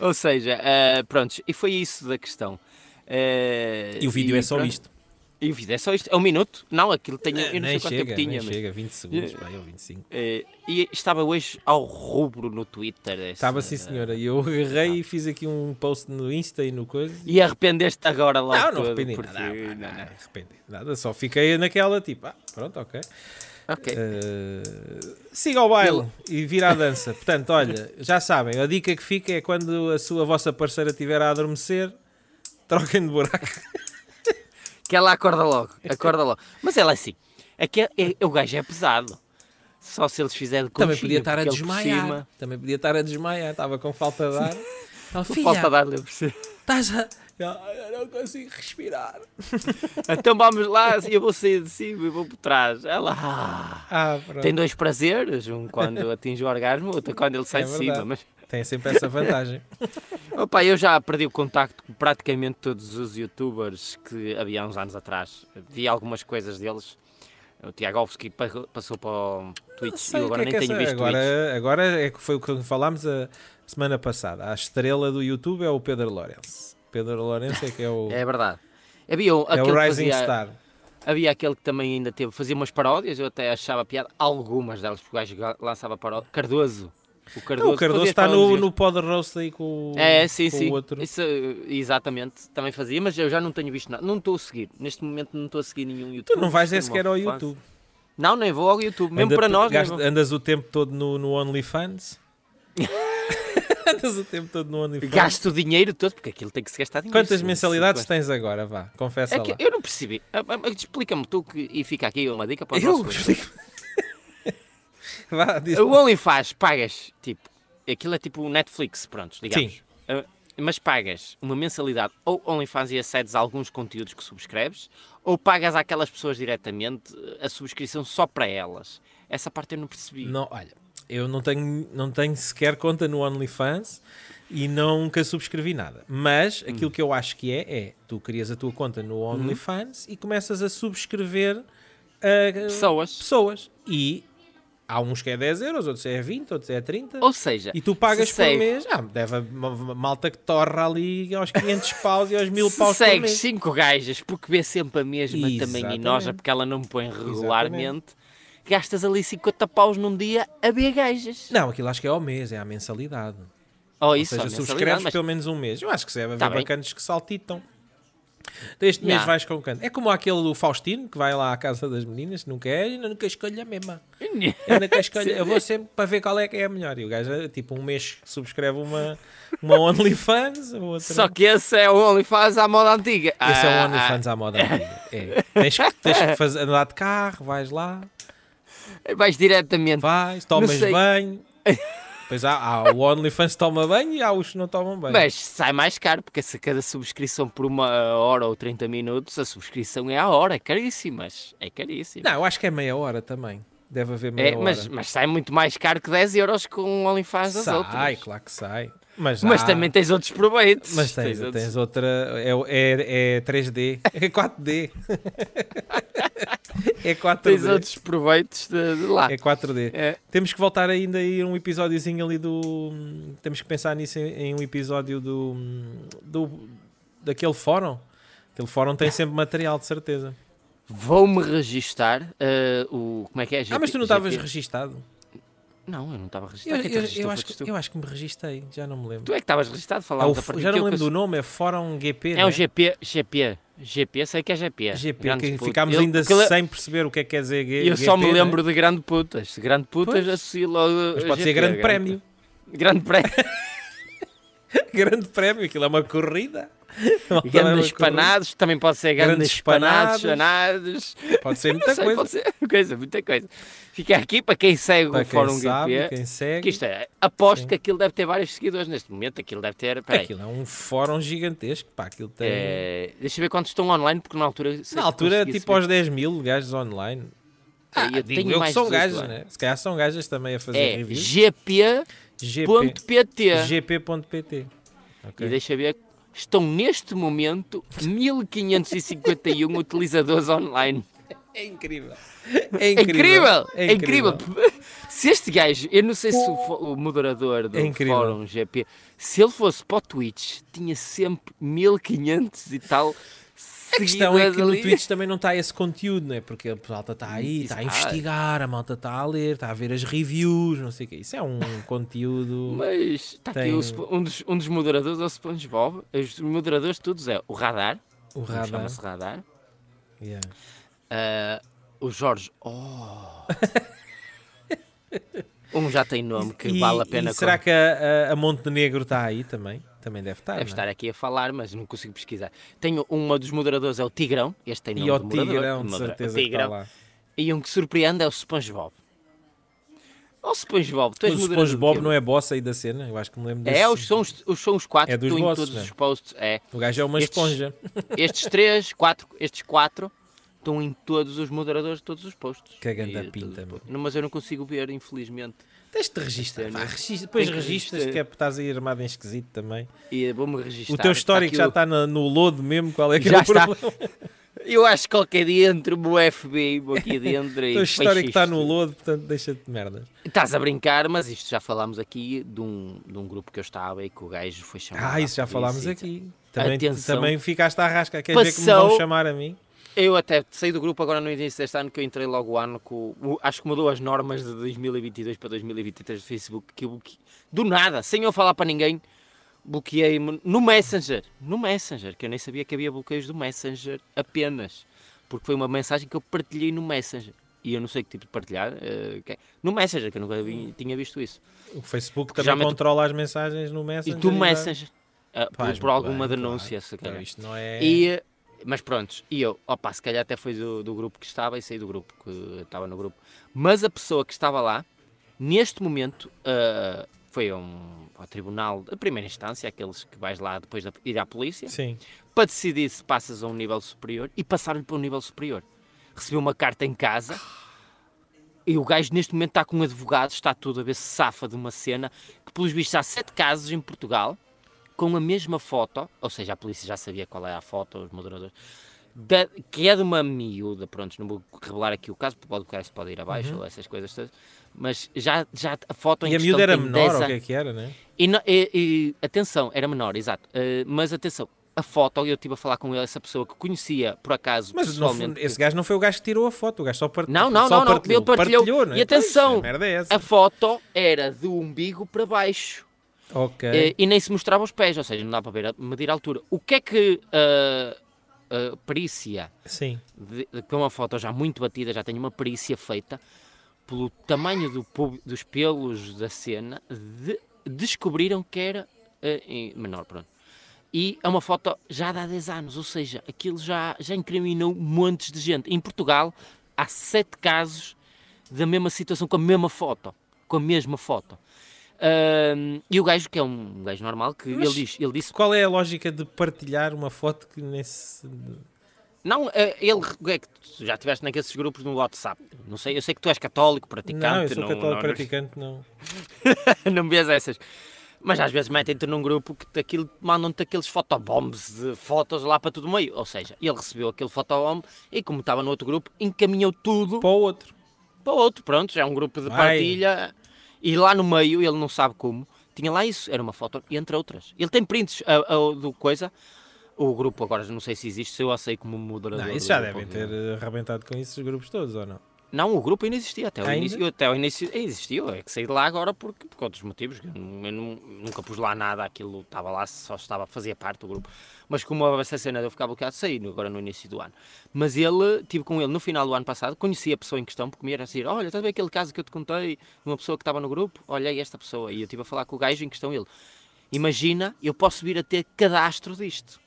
A: Ou seja, eh, prontos, e foi isso da questão. Eh,
B: é
A: pronto. E o vídeo é só isto. É um minuto? Não, aquilo tem. Eu não sei
B: nem
A: quanto
B: chega,
A: tempo tinha,
B: nem
A: mas.
B: chega, 20 segundos, vai, ou 25.
A: Eh, e estava hoje ao rubro no Twitter. essa-
B: Estava sim, senhora, e eu agarrei e fiz aqui um post no Insta e no coisa.
A: E arrependeste agora logo.
B: Não, não
A: todo,
B: arrependi
A: porque-
B: nada, não, não, arrependi nada, só fiquei naquela tipo, ah, pronto, ok.
A: Ok.
B: Uh, siga ao baile e vira à dança. Portanto, olha, já sabem, a dica que fica é quando a sua a vossa parceira estiver a adormecer, troquem de buraco.
A: Que ela acorda logo. Acorda logo. Mas ela é assim. É que é- é- o gajo é pesado. Só se eles fizerem com
B: [LAUGHS] Também podia estar a desmaiar. Também podia estar a desmaiar, estava com falta de [LAUGHS] ar. Então, filha,
A: Falta dar-lhe por
B: [LAUGHS]
A: cima.
B: estás a. Não, eu não consigo respirar.
A: Então vamos lá, eu vou sair de cima e vou por trás. Ela. ah.
B: Ah, pronto.
A: Tem
B: Tem,
A: dois prazeres, um quando
B: [LAUGHS]
A: atinge o orgasmo, outro quando ele sai
B: É
A: de cima.
B: verdade.
A: Mas,
B: sempre essa [LAUGHS] vantagem.
A: opa, eu já perdi o contacto com praticamente todos os youtubers que havia há uns anos atrás. Vi algumas coisas deles. O Tiago Alves pa- passou para o Twitch e
B: Sei
A: eu
B: o
A: agora
B: que
A: nem
B: é que
A: tenho
B: essa-
A: visto Twitch.
B: agora, agora é que foi o que falámos a semana passada. A estrela do YouTube é o Pedro Lourenço. Pedro Lourenço é que é o, é
A: É verdade. Havia, um- aquele
B: o
A: que
B: Rising
A: fazia-
B: Star.
A: Havia aquele que também ainda teve, fazia umas paródias, eu até achava piada, algumas delas, porque o gajo ga- lançava paródias. Cardoso. O Cardoso,
B: Não, o Cardoso
A: fazia
B: está no,
A: paródias.
B: no pod roast aí com, o-
A: É, sim,
B: com
A: sim.
B: o outro.
A: Isso, eh, exatamente, também fazia, mas eu já não tenho visto nada. Não estou a seguir. Neste momento não estou a seguir nenhum YouTube.
B: Tu não vais é
A: Isto é uma
B: sequer ao
A: fase.
B: YouTube.
A: Não, nem vou ao YouTube. Mesmo
B: Anda-
A: para nós,
B: gasta-
A: nem vou.
B: Andas o tempo todo no, no
A: [LAUGHS]
B: OnlyFans. andas o tempo todo no OnlyFans.
A: gasto o dinheiro todo, porque aquilo tem que se gastar dinheiro.
B: Quantas
A: sim,
B: mensalidades
A: sim,
B: tens agora? Vá, confessa
A: É que
B: lá.
A: eu não percebi. Ah, ah, Explica-me tu que, e fica aqui uma dica para os
B: Eu
A: nossos
B: explico. [LAUGHS] Vá, diz.
A: O OnlyFans pagas, tipo, aquilo é tipo o Netflix, pronto, digamos.
B: Sim.
A: Ah, mas pagas uma mensalidade ou OnlyFans e acedes a alguns conteúdos que subscreves, ou pagas àquelas pessoas diretamente ah, a subscrição só para elas. Essa parte eu não percebi.
B: Não, olha, eu não tenho, não tenho sequer conta no OnlyFans e nunca subscrevi nada. Mas
A: Hum.
B: aquilo que eu acho que é, é tu crias a tua conta no OnlyFans e começas a subscrever uh,
A: Pessoas.
B: pessoas. E há uns que é 10 euros, outros é 20, outros é 30.
A: Ou seja,
B: e tu pagas
A: se
B: por
A: segue-
B: mês. Ah, deve haver uma- uma malta que torra ali aos 500 paus e aos 1000
A: se
B: paus por
A: segues
B: mês.
A: cinco gajas porque vê sempre a mesma também
B: Exatamente.
A: inoja, porque ela não me põe regularmente, gastas ali 50 paus num dia a ver gajas.
B: Não, aquilo acho que é ao mês, é à mensalidade.
A: Ou
B: Ou
A: isso,
B: seja,
A: a mensalidade,
B: subscreves
A: mas-
B: pelo menos um mês. Eu acho que se deve haver
A: Tá bem.
B: bacanas que saltitam. Então este mês
A: Yeah.
B: vais com canto. É como aquele do Faustino que vai lá à casa das meninas, nunca é, ainda nunca escolho a mesma.
A: [LAUGHS]
B: Eu, nunca escolho, eu vou sempre para ver qual é que é a melhor. E o gajo, é, tipo, um mês subscreve uma, uma OnlyFans, a outra.
A: Só que esse é o OnlyFans à moda antiga.
B: Esse é
A: Ah,
B: um OnlyFans à moda antiga. É. Tens que, tens que fazer- andar de carro, vais lá,
A: ah, Vais diretamente.
B: vais, tomas
A: sei.
B: banho. Pois há, há o OnlyFans que toma banho e há os que não tomam banho.
A: Mas sai mais caro, porque se cada subscrição por uma ah, hora ou 30 minutos, a subscrição é à hora, é caríssimas. É caríssima.
B: Não, eu acho que é meia hora também. Deve haver meia
A: É,
B: hora.
A: mas, mas sai muito mais caro que 10 euros com o OnlyFans das
B: sai,
A: outras.
B: claro que sai. Mas,
A: Mas
B: há-
A: também tens outros proveitos.
B: Mas tens,
A: outros-
B: tens outra. É, o- é, é 3D. É 4D.
A: [LAUGHS]
B: é 4D.
A: tens outros proveitos de, de lá.
B: É 4D.
A: É.
B: Temos que voltar ainda a ir um episódiozinho ali do. Temos que pensar nisso em, em um episódio do, do. daquele fórum. Aquele fórum tem sempre material, de certeza.
A: Vou-me registar eh, o. Como é que é?
B: Ah, mas tu não
A: GP?
B: estavas registado?
A: Não, eu não estava registado.
B: Eu,
A: Quem te
B: eu- eu
A: registou
B: acho,
A: foste
B: que,
A: tu.
B: eu acho que me registei, já não me lembro.
A: Tu é que estavas registado,
B: É o
A: falávamos a
B: f-
A: partir
B: já
A: do
B: não
A: que eu
B: lembro do nome, é Fórum GP.
A: É o
B: né?
A: GP, GP, GP, sei que é GP.
B: GP,
A: Grande
B: que
A: puto.
B: ficámos
A: Eu-
B: ainda
A: aquele-
B: sem perceber o que é que quer dizer G-
A: Eu só me
B: GP, né?
A: lembro de Grande Putas. Grande Putas
B: Pois.
A: associo logo.
B: Mas
A: a
B: pode
A: GP,
B: ser grande [LAUGHS] prémio. é
A: Grande prémio. [LAUGHS]
B: grande prémio, aquilo é uma corrida.
A: Grandes espanados, também pode ser grandes
B: Grandes espanados.
A: espanados, espanados.
B: Pode ser
A: Não
B: muita
A: sei,
B: coisa.
A: pode ser [LAUGHS] coisa, muita coisa. Fica aqui para quem segue
B: Para
A: o
B: quem
A: Fórum
B: sabe,
A: GP.
B: quem segue.
A: Que isto é, aposto
B: Sim.
A: que aquilo deve ter vários seguidores neste momento. Aquilo deve ter. Peraí,
B: Aquilo é um fórum gigantesco, pá, aquilo tem...
A: eh, deixa eu ver quantos estão online, porque na altura. sei
B: Na
A: que
B: altura,
A: consegui
B: tipo
A: saber.
B: aos 10 mil gajos online.
A: Ah, eu
B: digo
A: tenho
B: eu que
A: mais
B: são
A: 18
B: gajos,
A: anos.
B: né? Se calhar são gajas também a fazer
A: É
B: reviews.
A: gp.pt.
B: GP.
A: GP.
B: GP.pt.
A: E
B: Ok.
A: deixa ver. Estão neste momento 1551 [LAUGHS] utilizadores online.
B: É incrível. É
A: É incrível!
B: incrível.
A: É incrível! [LAUGHS] Se este gajo, eu não sei se o, fo- o moderador do
B: É incrível.
A: Fórum GP, se ele fosse para o Twitch, tinha sempre 1500 e tal.
B: A questão é que no
A: ali.
B: Twitch também não está esse conteúdo, não é? Porque a malta está aí, está a
A: Exato.
B: investigar, a malta está a ler, está a ver as reviews, não sei o quê.
A: [LAUGHS]
B: Isso é um conteúdo.
A: Mas está aqui
B: Tem-
A: o Spo- um, dos, um dos moderadores é o SpongeBob. Os moderadores todos é o Radar,
B: O
A: como
B: radar.
A: chama-se Radar.
B: Yeah.
A: Ah, o Jorge, oh! um já tem nome que
B: E-
A: vale a pena
B: e será que a, a- a Montenegro está aí também? Também deve estar.
A: Deve
B: não é?
A: estar aqui a falar, mas não consigo pesquisar. Tenho uma dos moderadores, é o Tigrão. Este tem nome
B: E ao
A: de moderador.
B: Tigrão, de
A: Modera-
B: certeza
A: o
B: que está
A: Tigrão.
B: lá.
A: E um que surpreende é o SpongeBob. Ó SpongeBob, tu és
B: Mas o
A: moderador do
B: SpongeBob
A: quê,
B: não é boss aí da cena? Eu acho que me lembro
A: mano?
B: desse.
A: É, os, são os, os, são os quatro
B: É
A: que
B: dos
A: estão em
B: bosses,
A: todos
B: né?
A: os posts. É.
B: O gajo é uma
A: Estes- [LAUGHS]
B: esponja.
A: Estes três, quatro, estes quatro estão em todos os moderadores de todos os posts.
B: Que ganda
A: E-
B: pinta, mano.
A: Não, mas eu não consigo ver, infelizmente.
B: Tens-te registrar.
A: Tem-
B: pá, registra- Depois
A: né? tem que
B: registras
A: registrar.
B: que é porque estás aí armado em esquisito também.
A: E vou-me registrar.
B: O teu histórico
A: aqui
B: já tá-
A: o-
B: está na- no lodo mesmo. Qual é que é
A: Já
B: o
A: está.
B: problema?
A: Eu acho que qualquer dia entro-me o FBI, vou
B: [LAUGHS]
A: aqui dentro
B: O
A: e
B: teu
A: fecho
B: histórico está
A: isto.
B: no lodo, portanto deixa-te de merdas.
A: Estás a brincar, mas isto já falámos aqui de um, de um grupo que eu estava e que o gajo foi chamado.
B: Ah,
A: à
B: isso já
A: polícia
B: falámos
A: e
B: aqui. Também,
A: Atenção.
B: também ficaste à rasca. Queres ver que me
A: Passou.
B: vão chamar a mim?
A: tal. Eu até saí do grupo agora no início deste ano, que eu entrei logo o ano com. o- Acho que mudou as normas de 2022 para 2023 do Facebook, que eu bloque... do nada, sem eu falar para ninguém, bloqueei-me no Messenger. No Messenger, que eu nem sabia que havia bloqueios do Messenger apenas. Porque foi uma mensagem que eu partilhei no Messenger. E eu não sei que tipo de partilhar. eh, que é- No Messenger, que eu nunca vi- tinha visto isso.
B: O Facebook
A: Porque
B: também
A: geralmente-
B: controla as mensagens no
A: E
B: Messenger.
A: tu
B: dá-
A: Messenger. ah, por-
B: Faz
A: por
B: muito
A: alguma
B: bem,
A: denúncia,
B: claro.
A: se calhar.
B: Então, isto não é...
A: E, mas pronto, e eu, opa, se calhar até foi do, do grupo que estava e saí do grupo, que estava no grupo. Mas a pessoa que estava lá, neste momento, ah, foi a um, ao tribunal, a primeira instância, aqueles que vais lá depois de ir à polícia,
B: Sim.
A: para decidir se passas a um nível superior e passaram-lhe para um nível superior. Recebeu uma carta em casa e o gajo neste momento está com um advogado, está tudo a ver se safa de uma cena que, pelos vistos, há sete casos em Portugal com a mesma foto, ou seja, a polícia já sabia qual era a foto, os moderadores, da- que é de uma miúda, pronto, não vou revelar aqui o caso, porque pode, o caso pode ir abaixo, ou essas coisas todas, mas já, já a foto em
B: Uhum. E a
A: questão
B: miúda era
A: tem
B: menor,
A: 10
B: ou o
A: anos.
B: que é que era, né?
A: E, no- e- e- atenção, era menor, exato. Eh, mas atenção, a foto, eu estive a falar com ele, essa pessoa que conhecia, por acaso,
B: Mas no
A: pessoalmente.
B: fundo, esse gajo não foi o gajo que tirou a foto, o gajo só, part...
A: Não, não,
B: só
A: não, não,
B: partilhou.
A: ele partilhou.
B: não é?
A: E atenção,
B: Pois, a merda é essa.
A: A foto era do umbigo para baixo
B: Ok.
A: eh, e nem se mostrava os pés, ou seja, não dá para ver, a- medir a altura. O que é que eh, a perícia
B: Sim.
A: de, de- com uma foto já muito batida, já tenho uma perícia feita pelo tamanho do pub- dos pelos da cena, de- descobriram que era eh, em- menor, pronto. E é uma foto já de há 10 anos, ou seja, aquilo já, já incriminou montes de gente. Em Portugal há sete casos da mesma situação com a mesma foto, com a mesma foto. Ahm, e o gajo, que é um gajo normal, que
B: Mas-
A: ele, diz, ele disse
B: Qual é a lógica de partilhar uma foto que nem se...
A: Não, eh, ele é que tu já estiveste naqueles grupos no WhatsApp. Não sei, eu sei que tu és católico,
B: Não, eu
A: praticante,
B: sou
A: não,
B: católico
A: não,
B: praticante, não.
A: [LAUGHS] não vês essas. Mas às vezes metem-te num grupo que aquilo, mandam-te aqueles fotobombs de fotos lá para todo meio. Ou seja, ele recebeu aquele fotobomb e, como estava no outro grupo, encaminhou tudo
B: Para o outro.
A: para o outro. Pronto, já é um grupo de
B: Vai.
A: partilha. E lá no meio, ele não sabe como, tinha lá isso. Era uma foto, entre outras. Ele tem prints ah, ah, do coisa. O grupo agora não sei se existe, se eu a sei como moderador.
B: Não, isso
A: do
B: já
A: grupo,
B: devem ter eh, arrebentado com isso os grupos todos, ou não?
A: Não, o grupo ainda existia. Até o
B: Ainda?
A: início, eu até o início eh, existiu. É que saí de lá agora porque, por outros motivos. que Eu, nu- eu nu- nunca pus lá nada, aquilo estava lá, só estava, fazia parte do grupo. Mas como houve essa cena de eu ficar bloqueado, saí no- agora no início do ano. Mas ele, tive com ele no final do ano passado, conheci a pessoa em questão, porque me era assim: olha, estás a ver aquele caso que eu te contei, de uma pessoa que estava no grupo? Olhei esta pessoa. E eu estive a falar com o gajo em questão, ele. Imagina, eu posso vir a ter cadastro disto.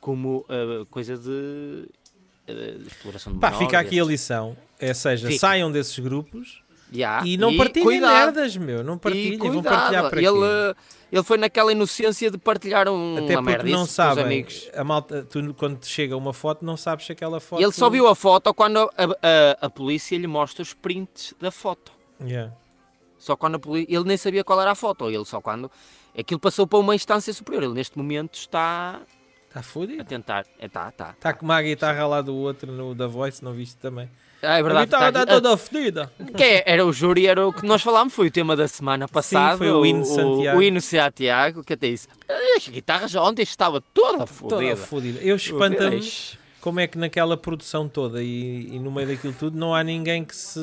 A: como uh, coisa de uh, exploração de
B: Pá,
A: menores,
B: fica aqui a
A: etc.
B: lição. É, seja,
A: Fica.
B: saiam desses grupos
A: Yeah,
B: e não partilhem
A: cuidado,
B: merdas, meu. Não partilhem,
A: e
B: vão
A: cuidado.
B: partilhar para
A: ele,
B: quê?
A: uh, ele foi naquela inocência de partilhar um,
B: Até
A: uma
B: porque
A: merda
B: não
A: isso com os
B: sabem,
A: amigos.
B: a malta, tu quando te chega uma foto não sabes se aquela foto...
A: Ele só viu a foto quando a, a- a polícia lhe mostra os prints da foto.
B: Yeah.
A: Só quando a polícia. Ele nem sabia qual era a foto. Ele só quando. Aquilo passou para uma instância superior. Ele neste momento está
B: Está
A: a
B: fodido.
A: tentar. É, tá, Está, está.
B: Está Tá com uma guitarra lá do outro, no, da Voice, não viste também?
A: Ah, é
B: a
A: verdade.
B: guitarra
A: Está,
B: está toda fodida.
A: que é- era o júri, era o que nós falámos, foi o tema da semana passada.
B: foi o hino de Santiago.
A: O hino de Santiago, que até isso. As guitarras já ontem estava toda
B: Toda
A: fodida.
B: fodida. Eu espanta-me
A: Fodida.
B: como é que naquela produção toda e, e no meio daquilo tudo não há ninguém que se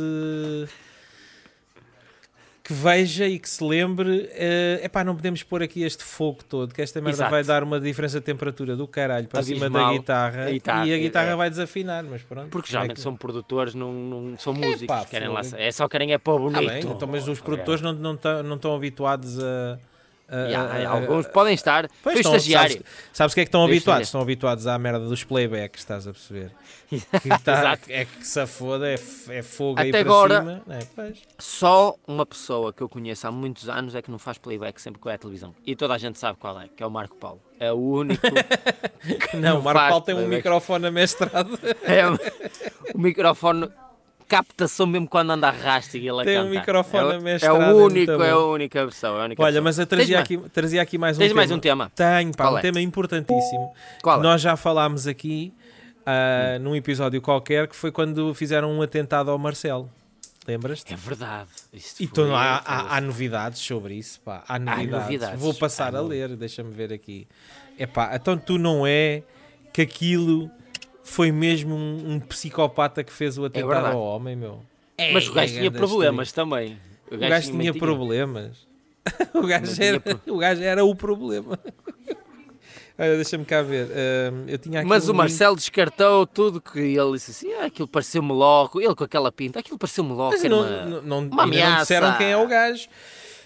B: que veja e que se lembre é epá, não podemos pôr aqui este fogo todo que esta merda
A: Exato.
B: vai dar uma diferença de temperatura do caralho para
A: Assim,
B: cima da
A: mal.
B: guitarra
A: E tá,
B: e a
A: é.
B: guitarra vai desafinar mas pronto é
A: Porque
B: já
A: geralmente são produtores, não, não são músicos.
B: pá,
A: querem
B: fogo.
A: lá, é só querem é para bonito.
B: ah, bem, então, mas os produtores não não estão não estão habituados a, a-
A: Yeah,
B: a- a-
A: alguns podem estar. Foi
B: eh, estão-
A: estagiário.
B: Sabes, sabes o que é que estão
A: Foi
B: habituados?
A: estagiário.
B: Estão habituados à merda dos playbacks, estás a
A: [LAUGHS]
B: perceber? Que tá-
A: Exato.
B: É que se a foda, é, f- é fogo aí
A: Até
B: para
A: agora-
B: cima. né? Pois.
A: Só uma pessoa que eu conheço há muitos anos é que não faz playback sempre que vai à televisão. E toda a gente sabe qual é, que é o Marco Paulo. É o
B: [LAUGHS]
A: único.
B: Não, o Marco
A: faz
B: Paulo tem um
A: playbacks.
B: microfone amestrado.
A: [LAUGHS] é o- o microfone capta-se mesmo quando anda a raste e ele a
B: Tem um
A: cantar. é,
B: microfone
A: o-
B: amestrado, é
A: É o
B: muito
A: único, é a
B: bom.
A: única pessoa. É a única
B: Olha,
A: pessoa.
B: mas eu
A: Tens
B: trazia
A: mais-
B: aqui, trazia aqui mais um
A: Tens
B: tema.
A: mais um tema?
B: Tenho, pá,
A: Qual
B: um
A: é?
B: tema importantíssimo.
A: Qual é?
B: que
A: Hum.
B: Nós já falámos aqui ah, num episódio qualquer que foi quando fizeram um atentado ao Marcelo. Lembras-te?
A: É verdade. Isto
B: Então
A: foi-
B: há,
A: foi-
B: há- há novidades sobre isso, pá. Há novidades.
A: novidades.
B: Vou passar
A: Há
B: a
A: no-
B: ler, deixa-me ver aqui. É pá, então tu não é que aquilo foi mesmo um, um psicopata que fez o atentado
A: É verdade.
B: ao homem, meu.
A: Mas o gajo
B: é
A: tinha
B: grande
A: problemas também. O
B: O gajo tinha problemas. [LAUGHS] O gajo,
A: tinha
B: era, [LAUGHS] o gajo era o problema. [LAUGHS] Olha, deixa-me cá ver. Ahm, eu tinha aqui
A: Mas
B: um
A: o Marcelo descartou tudo que ele disse assim, ah, aquilo pareceu-me logo, ele com aquela pinta, aquilo pareceu-me logo.
B: Mas
A: que era
B: não,
A: uma-
B: não, não,
A: uma
B: ainda não disseram
A: ameaça.
B: quem é o gajo.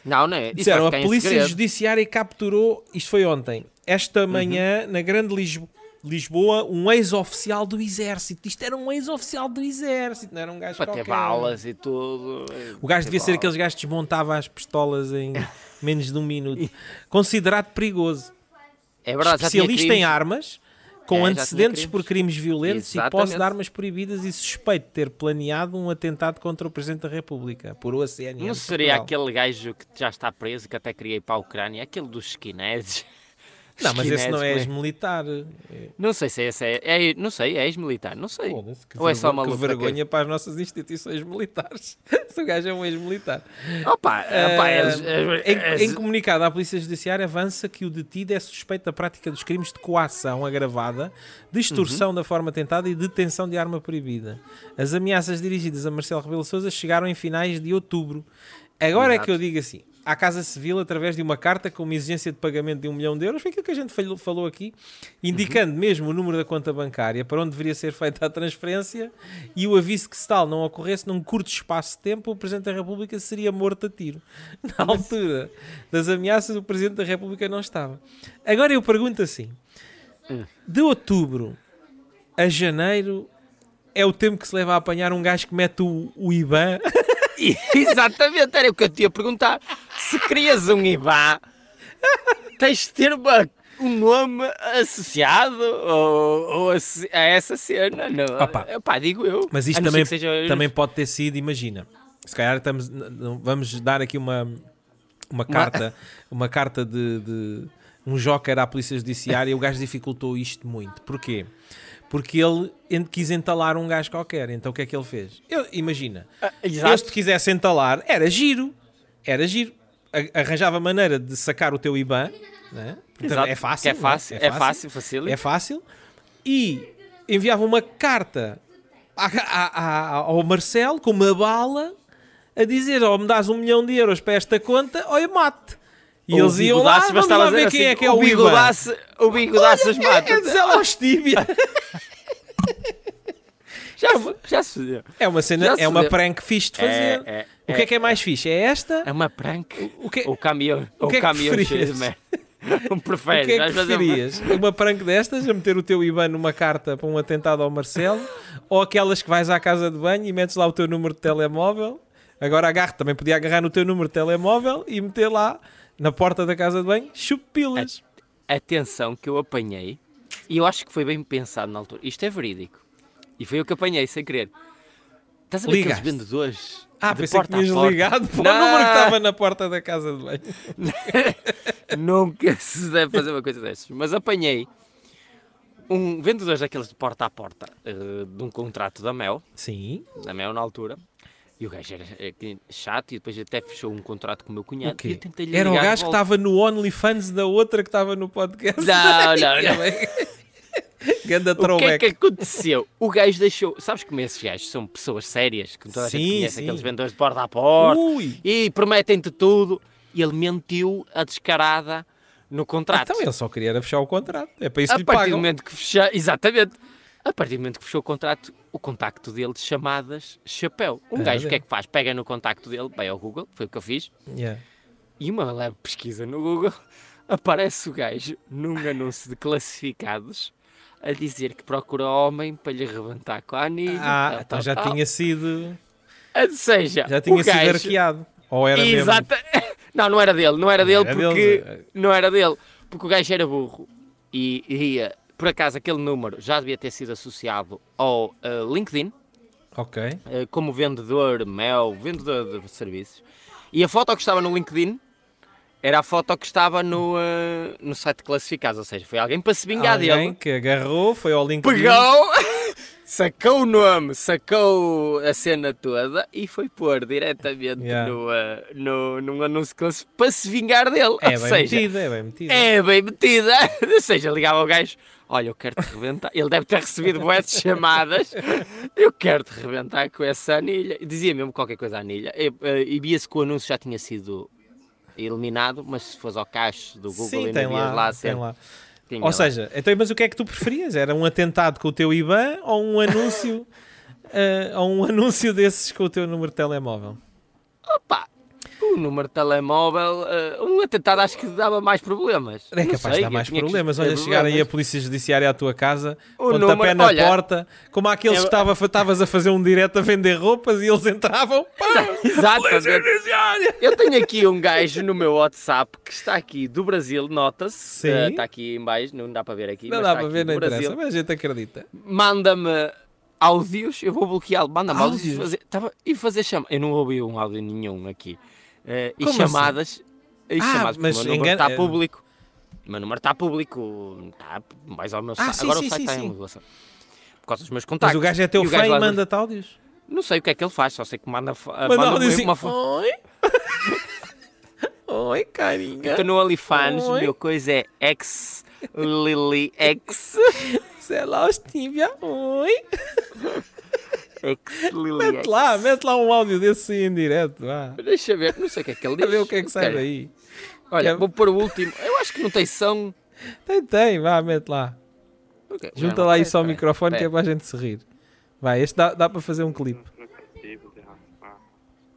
A: Não, não é. Isso
B: Disseram,
A: vai
B: a
A: ficar em
B: Polícia
A: segredo. Uhum.
B: Judiciária capturou, isto foi ontem, esta manhã, na Grande Lisbo- Lisboa, um ex-oficial do Exército. Isto era um ex-oficial do Exército, não era um gajo
A: Para ter
B: qualquer.
A: balas e tudo. É
B: O gajo
A: Ter
B: devia ser
A: balas.
B: aqueles gajos que desmontava as
A: [LAUGHS]
B: pistolas em menos de um minuto. Considerado perigoso.
A: É verdade, já tinha
B: Especialista em
A: crimes.
B: armas,
A: É, já
B: com
A: tinha
B: antecedentes
A: crimes.
B: por crimes violentos e posse
A: Exatamente.
B: de armas proibidas e suspeito de ter planeado um atentado contra o Presidente da República, por OCN.
A: Não seria aquele gajo que já está preso, que até queria ir para a Ucrânia, aquele dos skinheads.
B: [LAUGHS] Não, mas esse não é
A: Skinheads, como
B: ex-militar. É-
A: Não sei se é esse é, é- não sei, é ex-militar, não sei.
B: Foda-se, que
A: Ou é só
B: vergo- que
A: maluco
B: vergonha para as nossas instituições militares. [LAUGHS] Se o gajo é um ex-militar.
A: Opa, opa, é,
B: Eh,
A: eles- eles-
B: em, em comunicado à Polícia Judiciária avança que o detido é suspeito da prática dos crimes de coação agravada, de extorsão
A: Uhum.
B: da forma tentada e detenção de arma proibida. As ameaças dirigidas a Marcelo Rebelo de Sousa chegaram em finais de outubro. Agora é que eu digo assim, à Casa Civil, através de uma carta com uma exigência de pagamento de um milhão de euros, foi aquilo que a gente falou- falou aqui, indicando mesmo o número da conta bancária para onde deveria ser feita a transferência e o aviso que se tal não ocorresse num curto espaço de tempo, o Presidente da República seria morto a tiro. [LAUGHS] Na altura das ameaças, o Presidente da República não estava. Agora eu pergunto assim, de outubro a janeiro é o tempo que se leva a apanhar um gajo que mete o, o IBAN [LAUGHS]
A: [LAUGHS] Exatamente, era o que eu te ia perguntar. Se querias um IBA, tens de ter uma- um nome associado ou, ou a, ce- a essa cena, não?
B: Opa.
A: Epá, digo eu.
B: Mas
A: A
B: isto
A: não
B: também,
A: ser que seja-
B: também pode ter sido, imagina. Se calhar estamos, n- n- vamos dar aqui uma, uma carta, uma carta de, de- um joker à polícia judiciária e o gajo dificultou isto muito. Porquê? Porque ele en- quis entalar um gajo qualquer. Então o que é que ele fez? Eu, imagina, eu se
A: Ah, Exato.
B: te quisesse entalar, era giro. Era giro. A- Arranjava maneira de sacar o teu IBAN. né? Portanto,
A: Exato,
B: é
A: que
B: fácil.
A: É
B: né?
A: fácil, é fácil, facilita.
B: É fácil. E enviava uma carta à- à- à- ao Marcelo com uma bala a dizer: ou me dás um milhão de euros para esta conta, ou eu mate. E
A: Ou
B: eles
A: o
B: iam lá,
A: bigodaço
B: vamos
A: bastava
B: lá ver
A: dizer
B: quem é
A: assim,
B: que é o Igor.
A: bigodaço- O bigodaço as
B: É, [LAUGHS] é
A: mata.
B: dizer lá os tíbia.
A: Já, já se fazia.
B: É uma cena,
A: Já se
B: é uma
A: deu.
B: prank fixe de fazer.
A: É, é,
B: o que é que é mais fixe? É esta?
A: É uma prank.
B: O que-
A: O caminhão.
B: o
A: O
B: que é que
A: caminhão cheio de
B: preferias?
A: merda. [LAUGHS] Um prefere.
B: o que é que preferias? Uma prank destas, a meter o teu IBAN numa carta para um atentado ao Marcelo, ou aquelas que vais à casa de banho e metes lá o teu número de telemóvel? Agora agarro, também podia agarrar no teu número de telemóvel e meter lá na porta da casa de banho chupilas.
A: É, Atenção que eu apanhei, e eu acho que foi bem pensado na altura. Isto é verídico. E foi eu que apanhei, sem querer. Estás a ver aqueles
B: Ligaste.
A: vendedores?
B: Ah,
A: de
B: pensei que
A: porta a
B: tinhas
A: porta?
B: ligado para o
A: Não.
B: número que estava na porta da casa de banho.
A: Nunca [LAUGHS] se deve fazer uma coisa dessas. Mas apanhei um vendedor daqueles de porta a porta eh, de um contrato da Mel,
B: Sim.
A: da Mel na altura. E o gajo era eh, que- chato e depois até fechou um contrato com o meu cunhado.
B: O
A: E
B: quê?
A: eu tentei
B: Era o
A: ligar de
B: gajo que
A: volta.
B: estava no OnlyFans da outra que estava no podcast. [LAUGHS]
A: Não, não, não.
B: Ganda
A: O que é
B: throwback.
A: que aconteceu? O gajo deixou. Sabes como esses gajos são pessoas sérias, que toda a gente
B: Sim,
A: conhece
B: sim.
A: aqueles vendedores de porta a porta
B: Ui.
A: e prometem-te tudo. E ele mentiu a descarada no contrato.
B: Então ele só queria era fechar o contrato. É para isso
A: a
B: que lhe
A: partir do
B: pagam.
A: momento que fechar, exatamente, a partir do momento que fechou o contrato, o contacto dele de chamadas chapéu. Um
B: Ah,
A: gajo o
B: é.
A: que é que faz? Pega no contacto dele, vai ao Google, foi o que eu fiz,
B: Yeah.
A: e uma leve pesquisa no Google [LAUGHS] aparece o gajo num anúncio de classificados a dizer que procura homem para lhe rebentar com a anilha.
B: Ah,
A: tal,
B: então
A: tal,
B: já
A: tal.
B: tinha sido.
A: Ou seja,
B: Já tinha
A: o
B: sido
A: gajo...
B: arqueado. Ou era mesmo.
A: Exata... [LAUGHS] Não, não era dele, não era dele
B: era é.
A: porque
B: dele.
A: não era dele, porque o gajo era burro e ia, por acaso aquele número já devia ter sido associado ao eh, LinkedIn
B: Ok.
A: eh, como vendedor mel, vendedor de serviços. E a foto que estava no LinkedIn era a foto que estava no, eh, no site de classificados, ou seja, foi alguém para se vingar
B: Alguém
A: dele.
B: que agarrou, foi ao LinkedIn.
A: Pegou, [LAUGHS] sacou o nome, sacou a cena toda e foi pôr diretamente
B: Yeah.
A: no, eh, no, num anúncio que ele se- para se vingar dele. ou
B: É bem
A: seja,
B: metido, é bem metido.
A: é bem metida. [LAUGHS] Ou seja, ligava ao gajo: Olha, eu quero te reventar. Ele deve ter recebido boas chamadas. [LAUGHS] Eu quero te reventar com essa anilha. E Dizia mesmo qualquer coisa à anilha. E, eh, e via-se que o anúncio já tinha sido eliminado, mas se fosse ao caixa do Google
B: Sim,
A: ainda
B: tem
A: vias
B: lá,
A: lá, a
B: tem
A: cena.
B: lá.
A: Tinha
B: Ou
A: lá.
B: seja, então, mas o que é que tu preferias? Era um atentado com o teu IBAN
A: [LAUGHS]
B: ou um anúncio, eh, ou um anúncio desses com o teu número de telemóvel?
A: Opa, o número de telemóvel, eh, um atentado acho que dava mais problemas.
B: É
A: Não
B: capaz
A: sei,
B: de dar mais
A: eu tinha que
B: problemas.
A: ter
B: Olha, chegar aí a
A: problemas.
B: polícia judiciária à tua casa,
A: O
B: pontapé
A: número-
B: na
A: olha,
B: porta, como aqueles
A: eu-
B: que estava- estavas a fazer um direto a vender roupas e eles entravam. Pá,
A: [LAUGHS]
B: polícia
A: Exatamente.
B: judiciária!
A: Eu tenho aqui um gajo no meu WhatsApp que está aqui do Brasil, nota-se.
B: Sim.
A: eh, está aqui em baixo, não dá para ver aqui.
B: Não
A: mas
B: dá
A: está
B: para
A: aqui
B: ver,
A: do
B: não interessa,
A: Brasil.
B: mas a gente acredita.
A: Manda-me áudios, eu vou bloqueá-lo. Manda-me áudios e
B: Áudios?
A: fazer, tava- e fazer chama. Eu não ouvi um áudio nenhum aqui. Eh, e
B: Como assim?
A: chamadas. E
B: Ah,
A: chamadas, mas
B: mas
A: o meu número
B: engana-
A: está
B: eh,
A: público. O meu número está público. Está mais ao meu
B: Ah,
A: site.
B: sim,
A: Agora
B: sim,
A: o site
B: sim,
A: está em
B: sim.
A: regulação. Por causa dos meus
B: Mas
A: contactos.
B: o gajo é teu
A: Tá, E o
B: fã
A: gajo
B: e
A: lá-
B: manda-te áudios.
A: Não sei o que é que ele faz, só sei que manda, fa-
B: Manda
A: manda
B: áudios
A: uma,
B: e...
A: uma foto.
B: Oi? Oi, carinha.
A: Estou no OnlyFans,
B: Oi.
A: o meu coisa é ex Lily X.
B: Sei lá, Ostívia. Oi.
A: Ex Lily
B: [LAUGHS] Mete
A: X.
B: lá, mete lá um áudio desse aí em direto. Vá.
A: Deixa ver, não sei o que é
B: [LAUGHS]
A: que ele diz.
B: Para ver o que é que sai
A: Espera.
B: daí.
A: Olha,
B: Quer-
A: vou pôr o último. Eu acho que não tem som.
B: Tem, tem, vá, mete lá.
A: Ok, já
B: Junta
A: não
B: lá
A: tem,
B: isso ao
A: espera aí,
B: microfone que é
A: espera.
B: para a gente se rir. Vai, este dá, dá para fazer um clipe.
C: Não é possível, Rafa.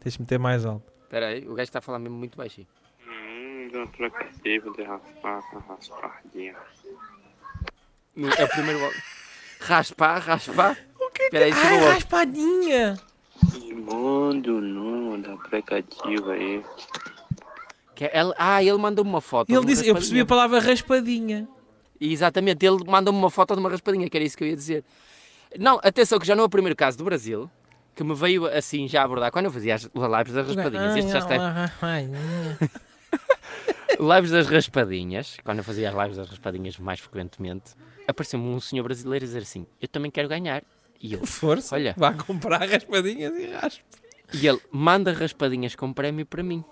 B: Tens de meter mais alto.
A: Espera aí, o gajo está a falar mesmo muito baixinho.
C: Hum, não é possível, Rafa. Raspadinha.
A: No- É o primeiro áudio. Raspar, raspar.
B: O que
A: Espera aí, chegou outro.
B: raspadinha.
C: Mundo não da aplicativo aí.
A: Que é ele- Ah, ele mandou-me uma foto. de
B: Ele
A: uma
B: disse, eu percebi a
A: raspadinha.
B: palavra raspadinha.
A: Exatamente, ele mandou-me uma foto de uma raspadinha, que era isso que eu ia dizer. Não, atenção, que já não é o primeiro caso do Brasil que me veio assim já abordar. Quando eu fazia as lives das raspadinhas, este já está. Lives das Raspadinhas, quando eu fazia as lives das Raspadinhas mais frequentemente, apareceu-me um senhor brasileiro a dizer assim: Eu também quero ganhar. E, eu,
B: Força,
A: Olha.
B: vá comprar raspadinhas e raspa.
A: e ele manda raspadinhas com prémio para mim.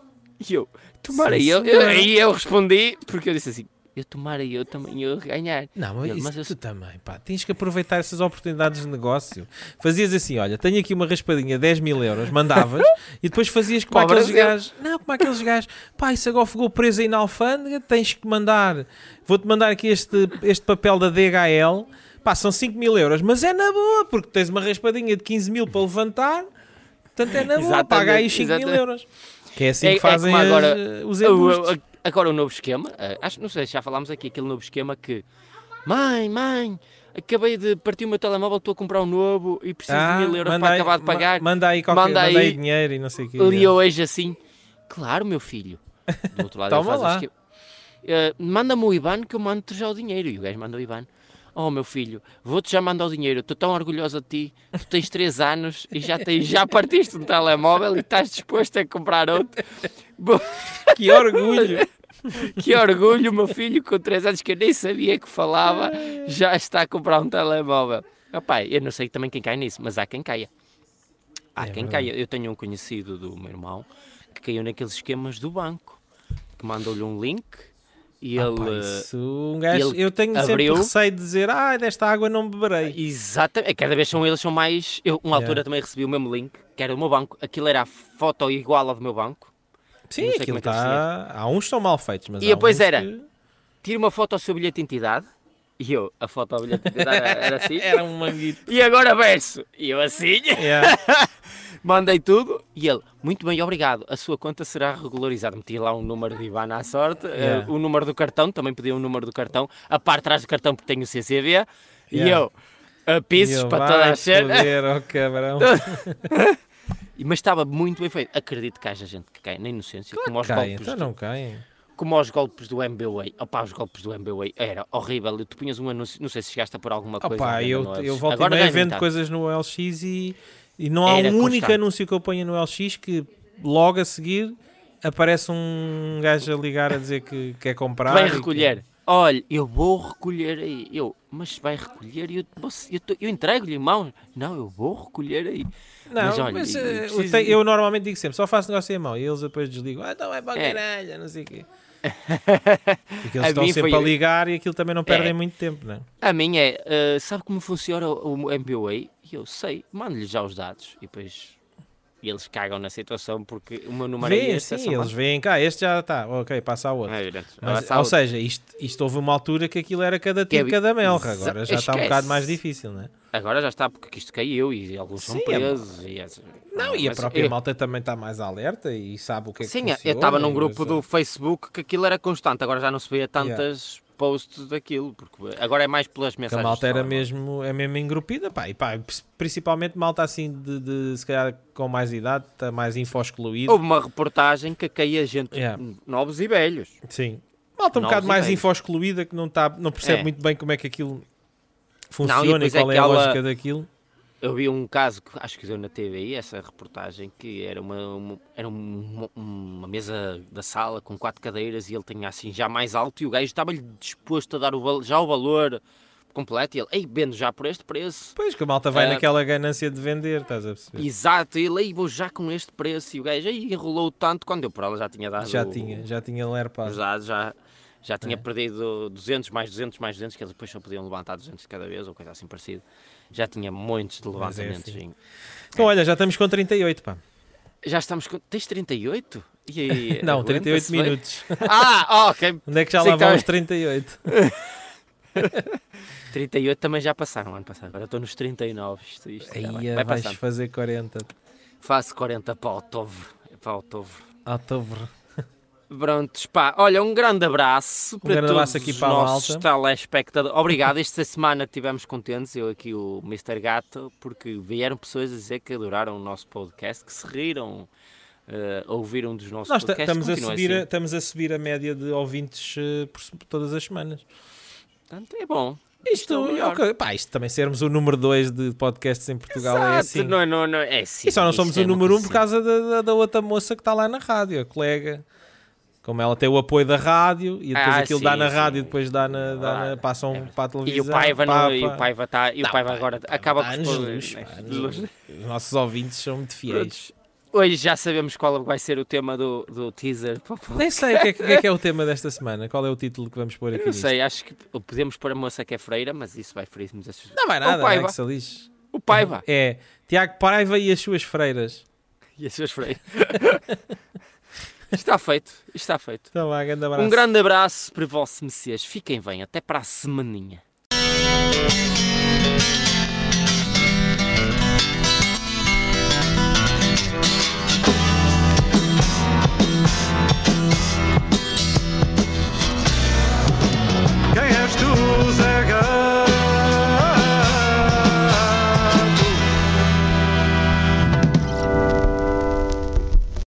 A: E eu, tomara
B: Sim,
A: eu.
B: senhora.
A: Aí eu respondi, porque eu disse assim: Eu tomara eu também eu ganhar.
B: Não, mas,
A: Ele,
B: isso
A: mas eu
B: tu também, pá. Tens que aproveitar essas oportunidades de negócio. Fazias assim, olha, tenho aqui uma raspadinha, 10 mil euros, mandavas, e depois fazias como
A: Para o
B: aqueles
A: Brasil.
B: gajos. Não, como aqueles gajos. Pá, isso agora ficou preso aí na alfândega, tens que mandar. Vou-te mandar aqui este, este papel da DHL. Pá, são 5 mil euros, mas é na boa, porque tens uma raspadinha de 15 mil para levantar. Portanto, é na boa,
A: Exatamente,
B: paga aí 5 mil
A: exatamente.
B: euros. Que é assim
A: É- é
B: que fazem
A: como
B: as- eh,
A: agora-
B: os
A: Eu- eu-
B: embustes.
A: Agora o novo esquema, eh, acho não sei, já falámos aqui, aquele novo esquema que mãe, mãe, acabei de partir o meu telemóvel, estou a comprar um novo e preciso de mil euros
B: Ah, manda
A: para
B: aí-
A: acabar de
B: ma-
A: pagar.
B: Manda aí qualquer
A: Manda
B: manda aí
A: aí-
B: dinheiro e não sei o quê.
A: Ele hoje assim, claro, meu filho. Do outro
B: [LAUGHS]
A: lado, ele
B: Toma
A: faz o
B: lá.
A: esquema. Eh, Manda-me o IBAN que eu mando-te já o dinheiro. E o gajo manda o IBAN. Oh, meu filho, vou-te já mandar o dinheiro. Estou tão orgulhosa de ti. Tu tens 3 anos e já, tens, já partiste um telemóvel e estás disposto a comprar outro. [LAUGHS] Bo-
B: Que orgulho!
A: [LAUGHS] que orgulho, meu filho, com 3 anos que eu nem sabia que falava,
B: É.
A: já está a comprar um telemóvel. Rapaz, eu não sei também quem cai nisso, mas há quem caia. Há
B: É
A: quem
B: verdade.
A: caia. Eu tenho um conhecido do meu irmão que caiu naqueles esquemas do banco, que mandou-lhe um link e ele.
B: [LAUGHS] Ah, Pá, isso, um gajo,
A: ele
B: eu tenho sempre
A: abriu-
B: receio de dizer, ah, desta água não beberei.
A: Exatamente, eh, cada vez são eles são mais. Eu, uma
B: Yeah.
A: altura, também recebi o mesmo link, que era do meu banco. Aquilo era a foto igual à do meu banco.
B: Sim,
A: não sei
B: aquilo
A: como é que eles
B: está. Há uns que são mal feitos, mas
A: E
B: há
A: depois
B: uns
A: era-
B: que-
A: Tira uma foto ao seu bilhete de identidade. E eu, a foto ao bilhete de identidade era, era assim.
B: [LAUGHS] Era
A: [LAUGHS]
B: um manguito.
A: E agora verso. E eu
B: [LAUGHS]
A: assim.
B: Yeah.
A: Mandei tudo e ele, muito bem, obrigado. A sua conta será regularizada. Meti lá um número de IBAN à sorte, eh,
B: Yeah.
A: o número do cartão, também pedi o número do cartão, a parte de trás do cartão porque tem o CCV. E
B: Yeah.
A: eu, a pisos
B: E eu,
A: para toda a
B: vai
A: gente.
B: foder, ó cabrão.
A: [LAUGHS] Mas estava muito bem feito. Acredito que haja gente que cai na inocência, como aos,
B: Caem,
A: golpes,
B: então não caem.
A: como aos golpes do MBWay. Opá, os golpes do MBWay era horrível. Tu punhas um anúncio, não sei se chegaste a pôr alguma coisa.
B: Opa,
A: ainda
B: eu,
A: no
B: eu
A: LX.
B: volto
A: é Agora
B: e meia
A: ganham
B: vendo
A: metade.
B: coisas no LX e, e não há
A: Era
B: um único
A: constante.
B: anúncio que eu ponha no LX que logo a seguir aparece um gajo a ligar a dizer que quer comprar.
A: vai
B: e que- é?
A: recolher. Olha, eu vou recolher aí. Eu, mas vai recolher e eu, você- eu, tô- eu entrego-lhe, mão. Não, eu vou recolher aí.
B: Não, mas,
A: olha, e-
B: eh,
A: e
B: eu,
A: preciso-
B: tenho- eu normalmente digo sempre, só faço negócio em mão. E eles depois desligam, ah, então vai para a
A: É.
B: caralho, não sei o quê. Porque
A: A
B: eles estão
A: mim
B: sempre
A: foi-
B: a ligar e aquilo também não perdem
A: É.
B: muito tempo, não é?
A: [LAUGHS] A minha é, eh, sabe como funciona o, o MBA? E eu sei, mando-lhe já os dados. E depois eles cagam na situação porque o meu número é
B: Vêem,
A: esse.
B: sim, eles veem cá, este já está, ok, passa a É, outro. Mas,
A: Mas,
B: ou seja, isto, isto houve uma altura que aquilo era cada
A: Que é
B: tiro, cada melra.
A: exa-
B: Agora já está um bocado mais
A: esquece.
B: difícil, não é?
A: Agora já está, porque isto caiu e alguns são
B: Sim, é
A: presos. e essa-
B: Não, e a
A: mas
B: própria
A: eu-
B: malta também está mais alerta e sabe o que é que
A: Sim, eu
B: funciona,
A: estava num
B: e
A: grupo do
B: usa.
A: Facebook que aquilo era constante, agora já não se vê tantas posts daquilo, porque agora é mais pelas
B: Que
A: mensagens. né?
B: a malta
A: de
B: era
A: telemóvel.
B: mesmo, é mesmo engrupida, pá, e pá, principalmente malta assim de, de, se calhar com mais idade, está mais info excluído.
A: Houve uma reportagem que caía gente
B: Yeah.
A: novos e velhos.
B: Sim. Malta um
A: Novos
B: bocado
A: e
B: mais
A: velhos.
B: info excluída que não, tá, não percebe
A: É.
B: muito bem como é que aquilo
A: e
B: funciona e
A: depois é
B: qual é, a
A: aquela-
B: lógica daquilo.
A: Eu vi um caso que acho que deu na TVI, essa reportagem, que era uma, uma- era um- uma mesa da sala com quatro cadeiras e ele tinha assim já mais alto e o gajo estava-lhe disposto a dar o, val- já o valor completo e ele, ei, vendo já por este preço.
B: Pois que a malta vai
A: É.
B: naquela ganância de vender, estás a perceber?
A: Exato, ele aí vou já com este preço e o gajo aí enrolou tanto quando eu por ela já tinha dado
B: Já
A: o-
B: tinha, É. já tinha lerpado.
A: os dados, já, já tinha perdido 200, mais 200, mais 200, que eles depois só podiam levantar 200 de cada vez ou coisa assim parecida. Já tinha muitos de
B: Mas é
A: levantamentos.
B: assim.
A: em-
B: Então olha, já estamos com 38, pá.
A: Já estamos com. Tens 38? E aí,
B: [LAUGHS] Não,
A: É, aguenta-se
B: 38
A: bem?
B: minutos.
A: [LAUGHS] Ah, ok.
B: Onde é que já
A: Sei
B: lá
A: que tá
B: vão
A: bem. [LAUGHS]
B: os 38?
A: 38 também já passaram ano passado. Agora estou nos 39. Isto, isto já vai.
B: Aí é
A: vai
B: vais
A: passando.
B: fazer 40.
A: Faço 40 para outubro. Para outubro.
B: Ah, Outubro.
A: Prontos, pá, olha, um grande abraço para
B: grande
A: todos
B: abraço aqui
A: os
B: para a
A: nossos
B: malta.
A: telespectadores. Obrigado, esta semana estivemos contentes, eu aqui o Mr. Gato, porque vieram pessoas a dizer que adoraram o nosso podcast, que se riram, eh, ouviram um dos nossos
B: Nós ta-
A: podcasts.
B: estamos a,
A: Continua
B: subir a,
A: assim.
B: estamos a subir a média de ouvintes eh, por, se- todas as semanas.
A: Portanto, é bom. é o
B: Isto, é
A: melhor.
B: ok. pá, isto também sermos o número 2 de podcasts em Portugal é
A: Exato,
B: assim.
A: não, não, não, é assim.
B: e só não
A: isto
B: somos
A: é
B: o
A: uma
B: número 1 um
A: coisa
B: por causa da, da- da outra moça que está lá na rádio, a colega. Como ela tem o apoio da rádio e depois
A: Ah,
B: aquilo dá
A: sim,
B: na
A: sim.
B: rádio e depois dá na, dá na,
A: Ah,
B: passam para a
A: assim. E
B: televisão.
A: o Paiva, não,
B: pá,
A: e
B: pá.
A: o Paiva, tá, e o
B: Não,
A: Paiva
B: pá,
A: agora
B: pá,
A: acaba
B: pá,
A: por
B: anos
A: todo-
B: luz,
A: né,
B: pá, é anos
A: luz.
B: luz. Os nossos ouvintes são muito fiéis.
A: [LAUGHS] Hoje já sabemos qual vai ser o tema do, do teaser. [LAUGHS]
B: Nem sei o que, é, que- o que é que é o tema desta semana. Qual é o título que vamos pôr aqui?
A: Eu não
B: nisto?
A: sei, acho que podemos pôr a moça que é freira, mas isso vai ferir-nos as
B: Não vai nada,
A: O Paiva.
B: não é que se lixe.
A: O Paiva
B: É Tiago Paiva e as suas freiras.
A: e as suas
B: [LAUGHS]
A: freiras. está feito, está feito.
B: Então vá, grande abraço.
A: Um grande abraço para vossos Messias. Fiquem bem, até para a semaninha.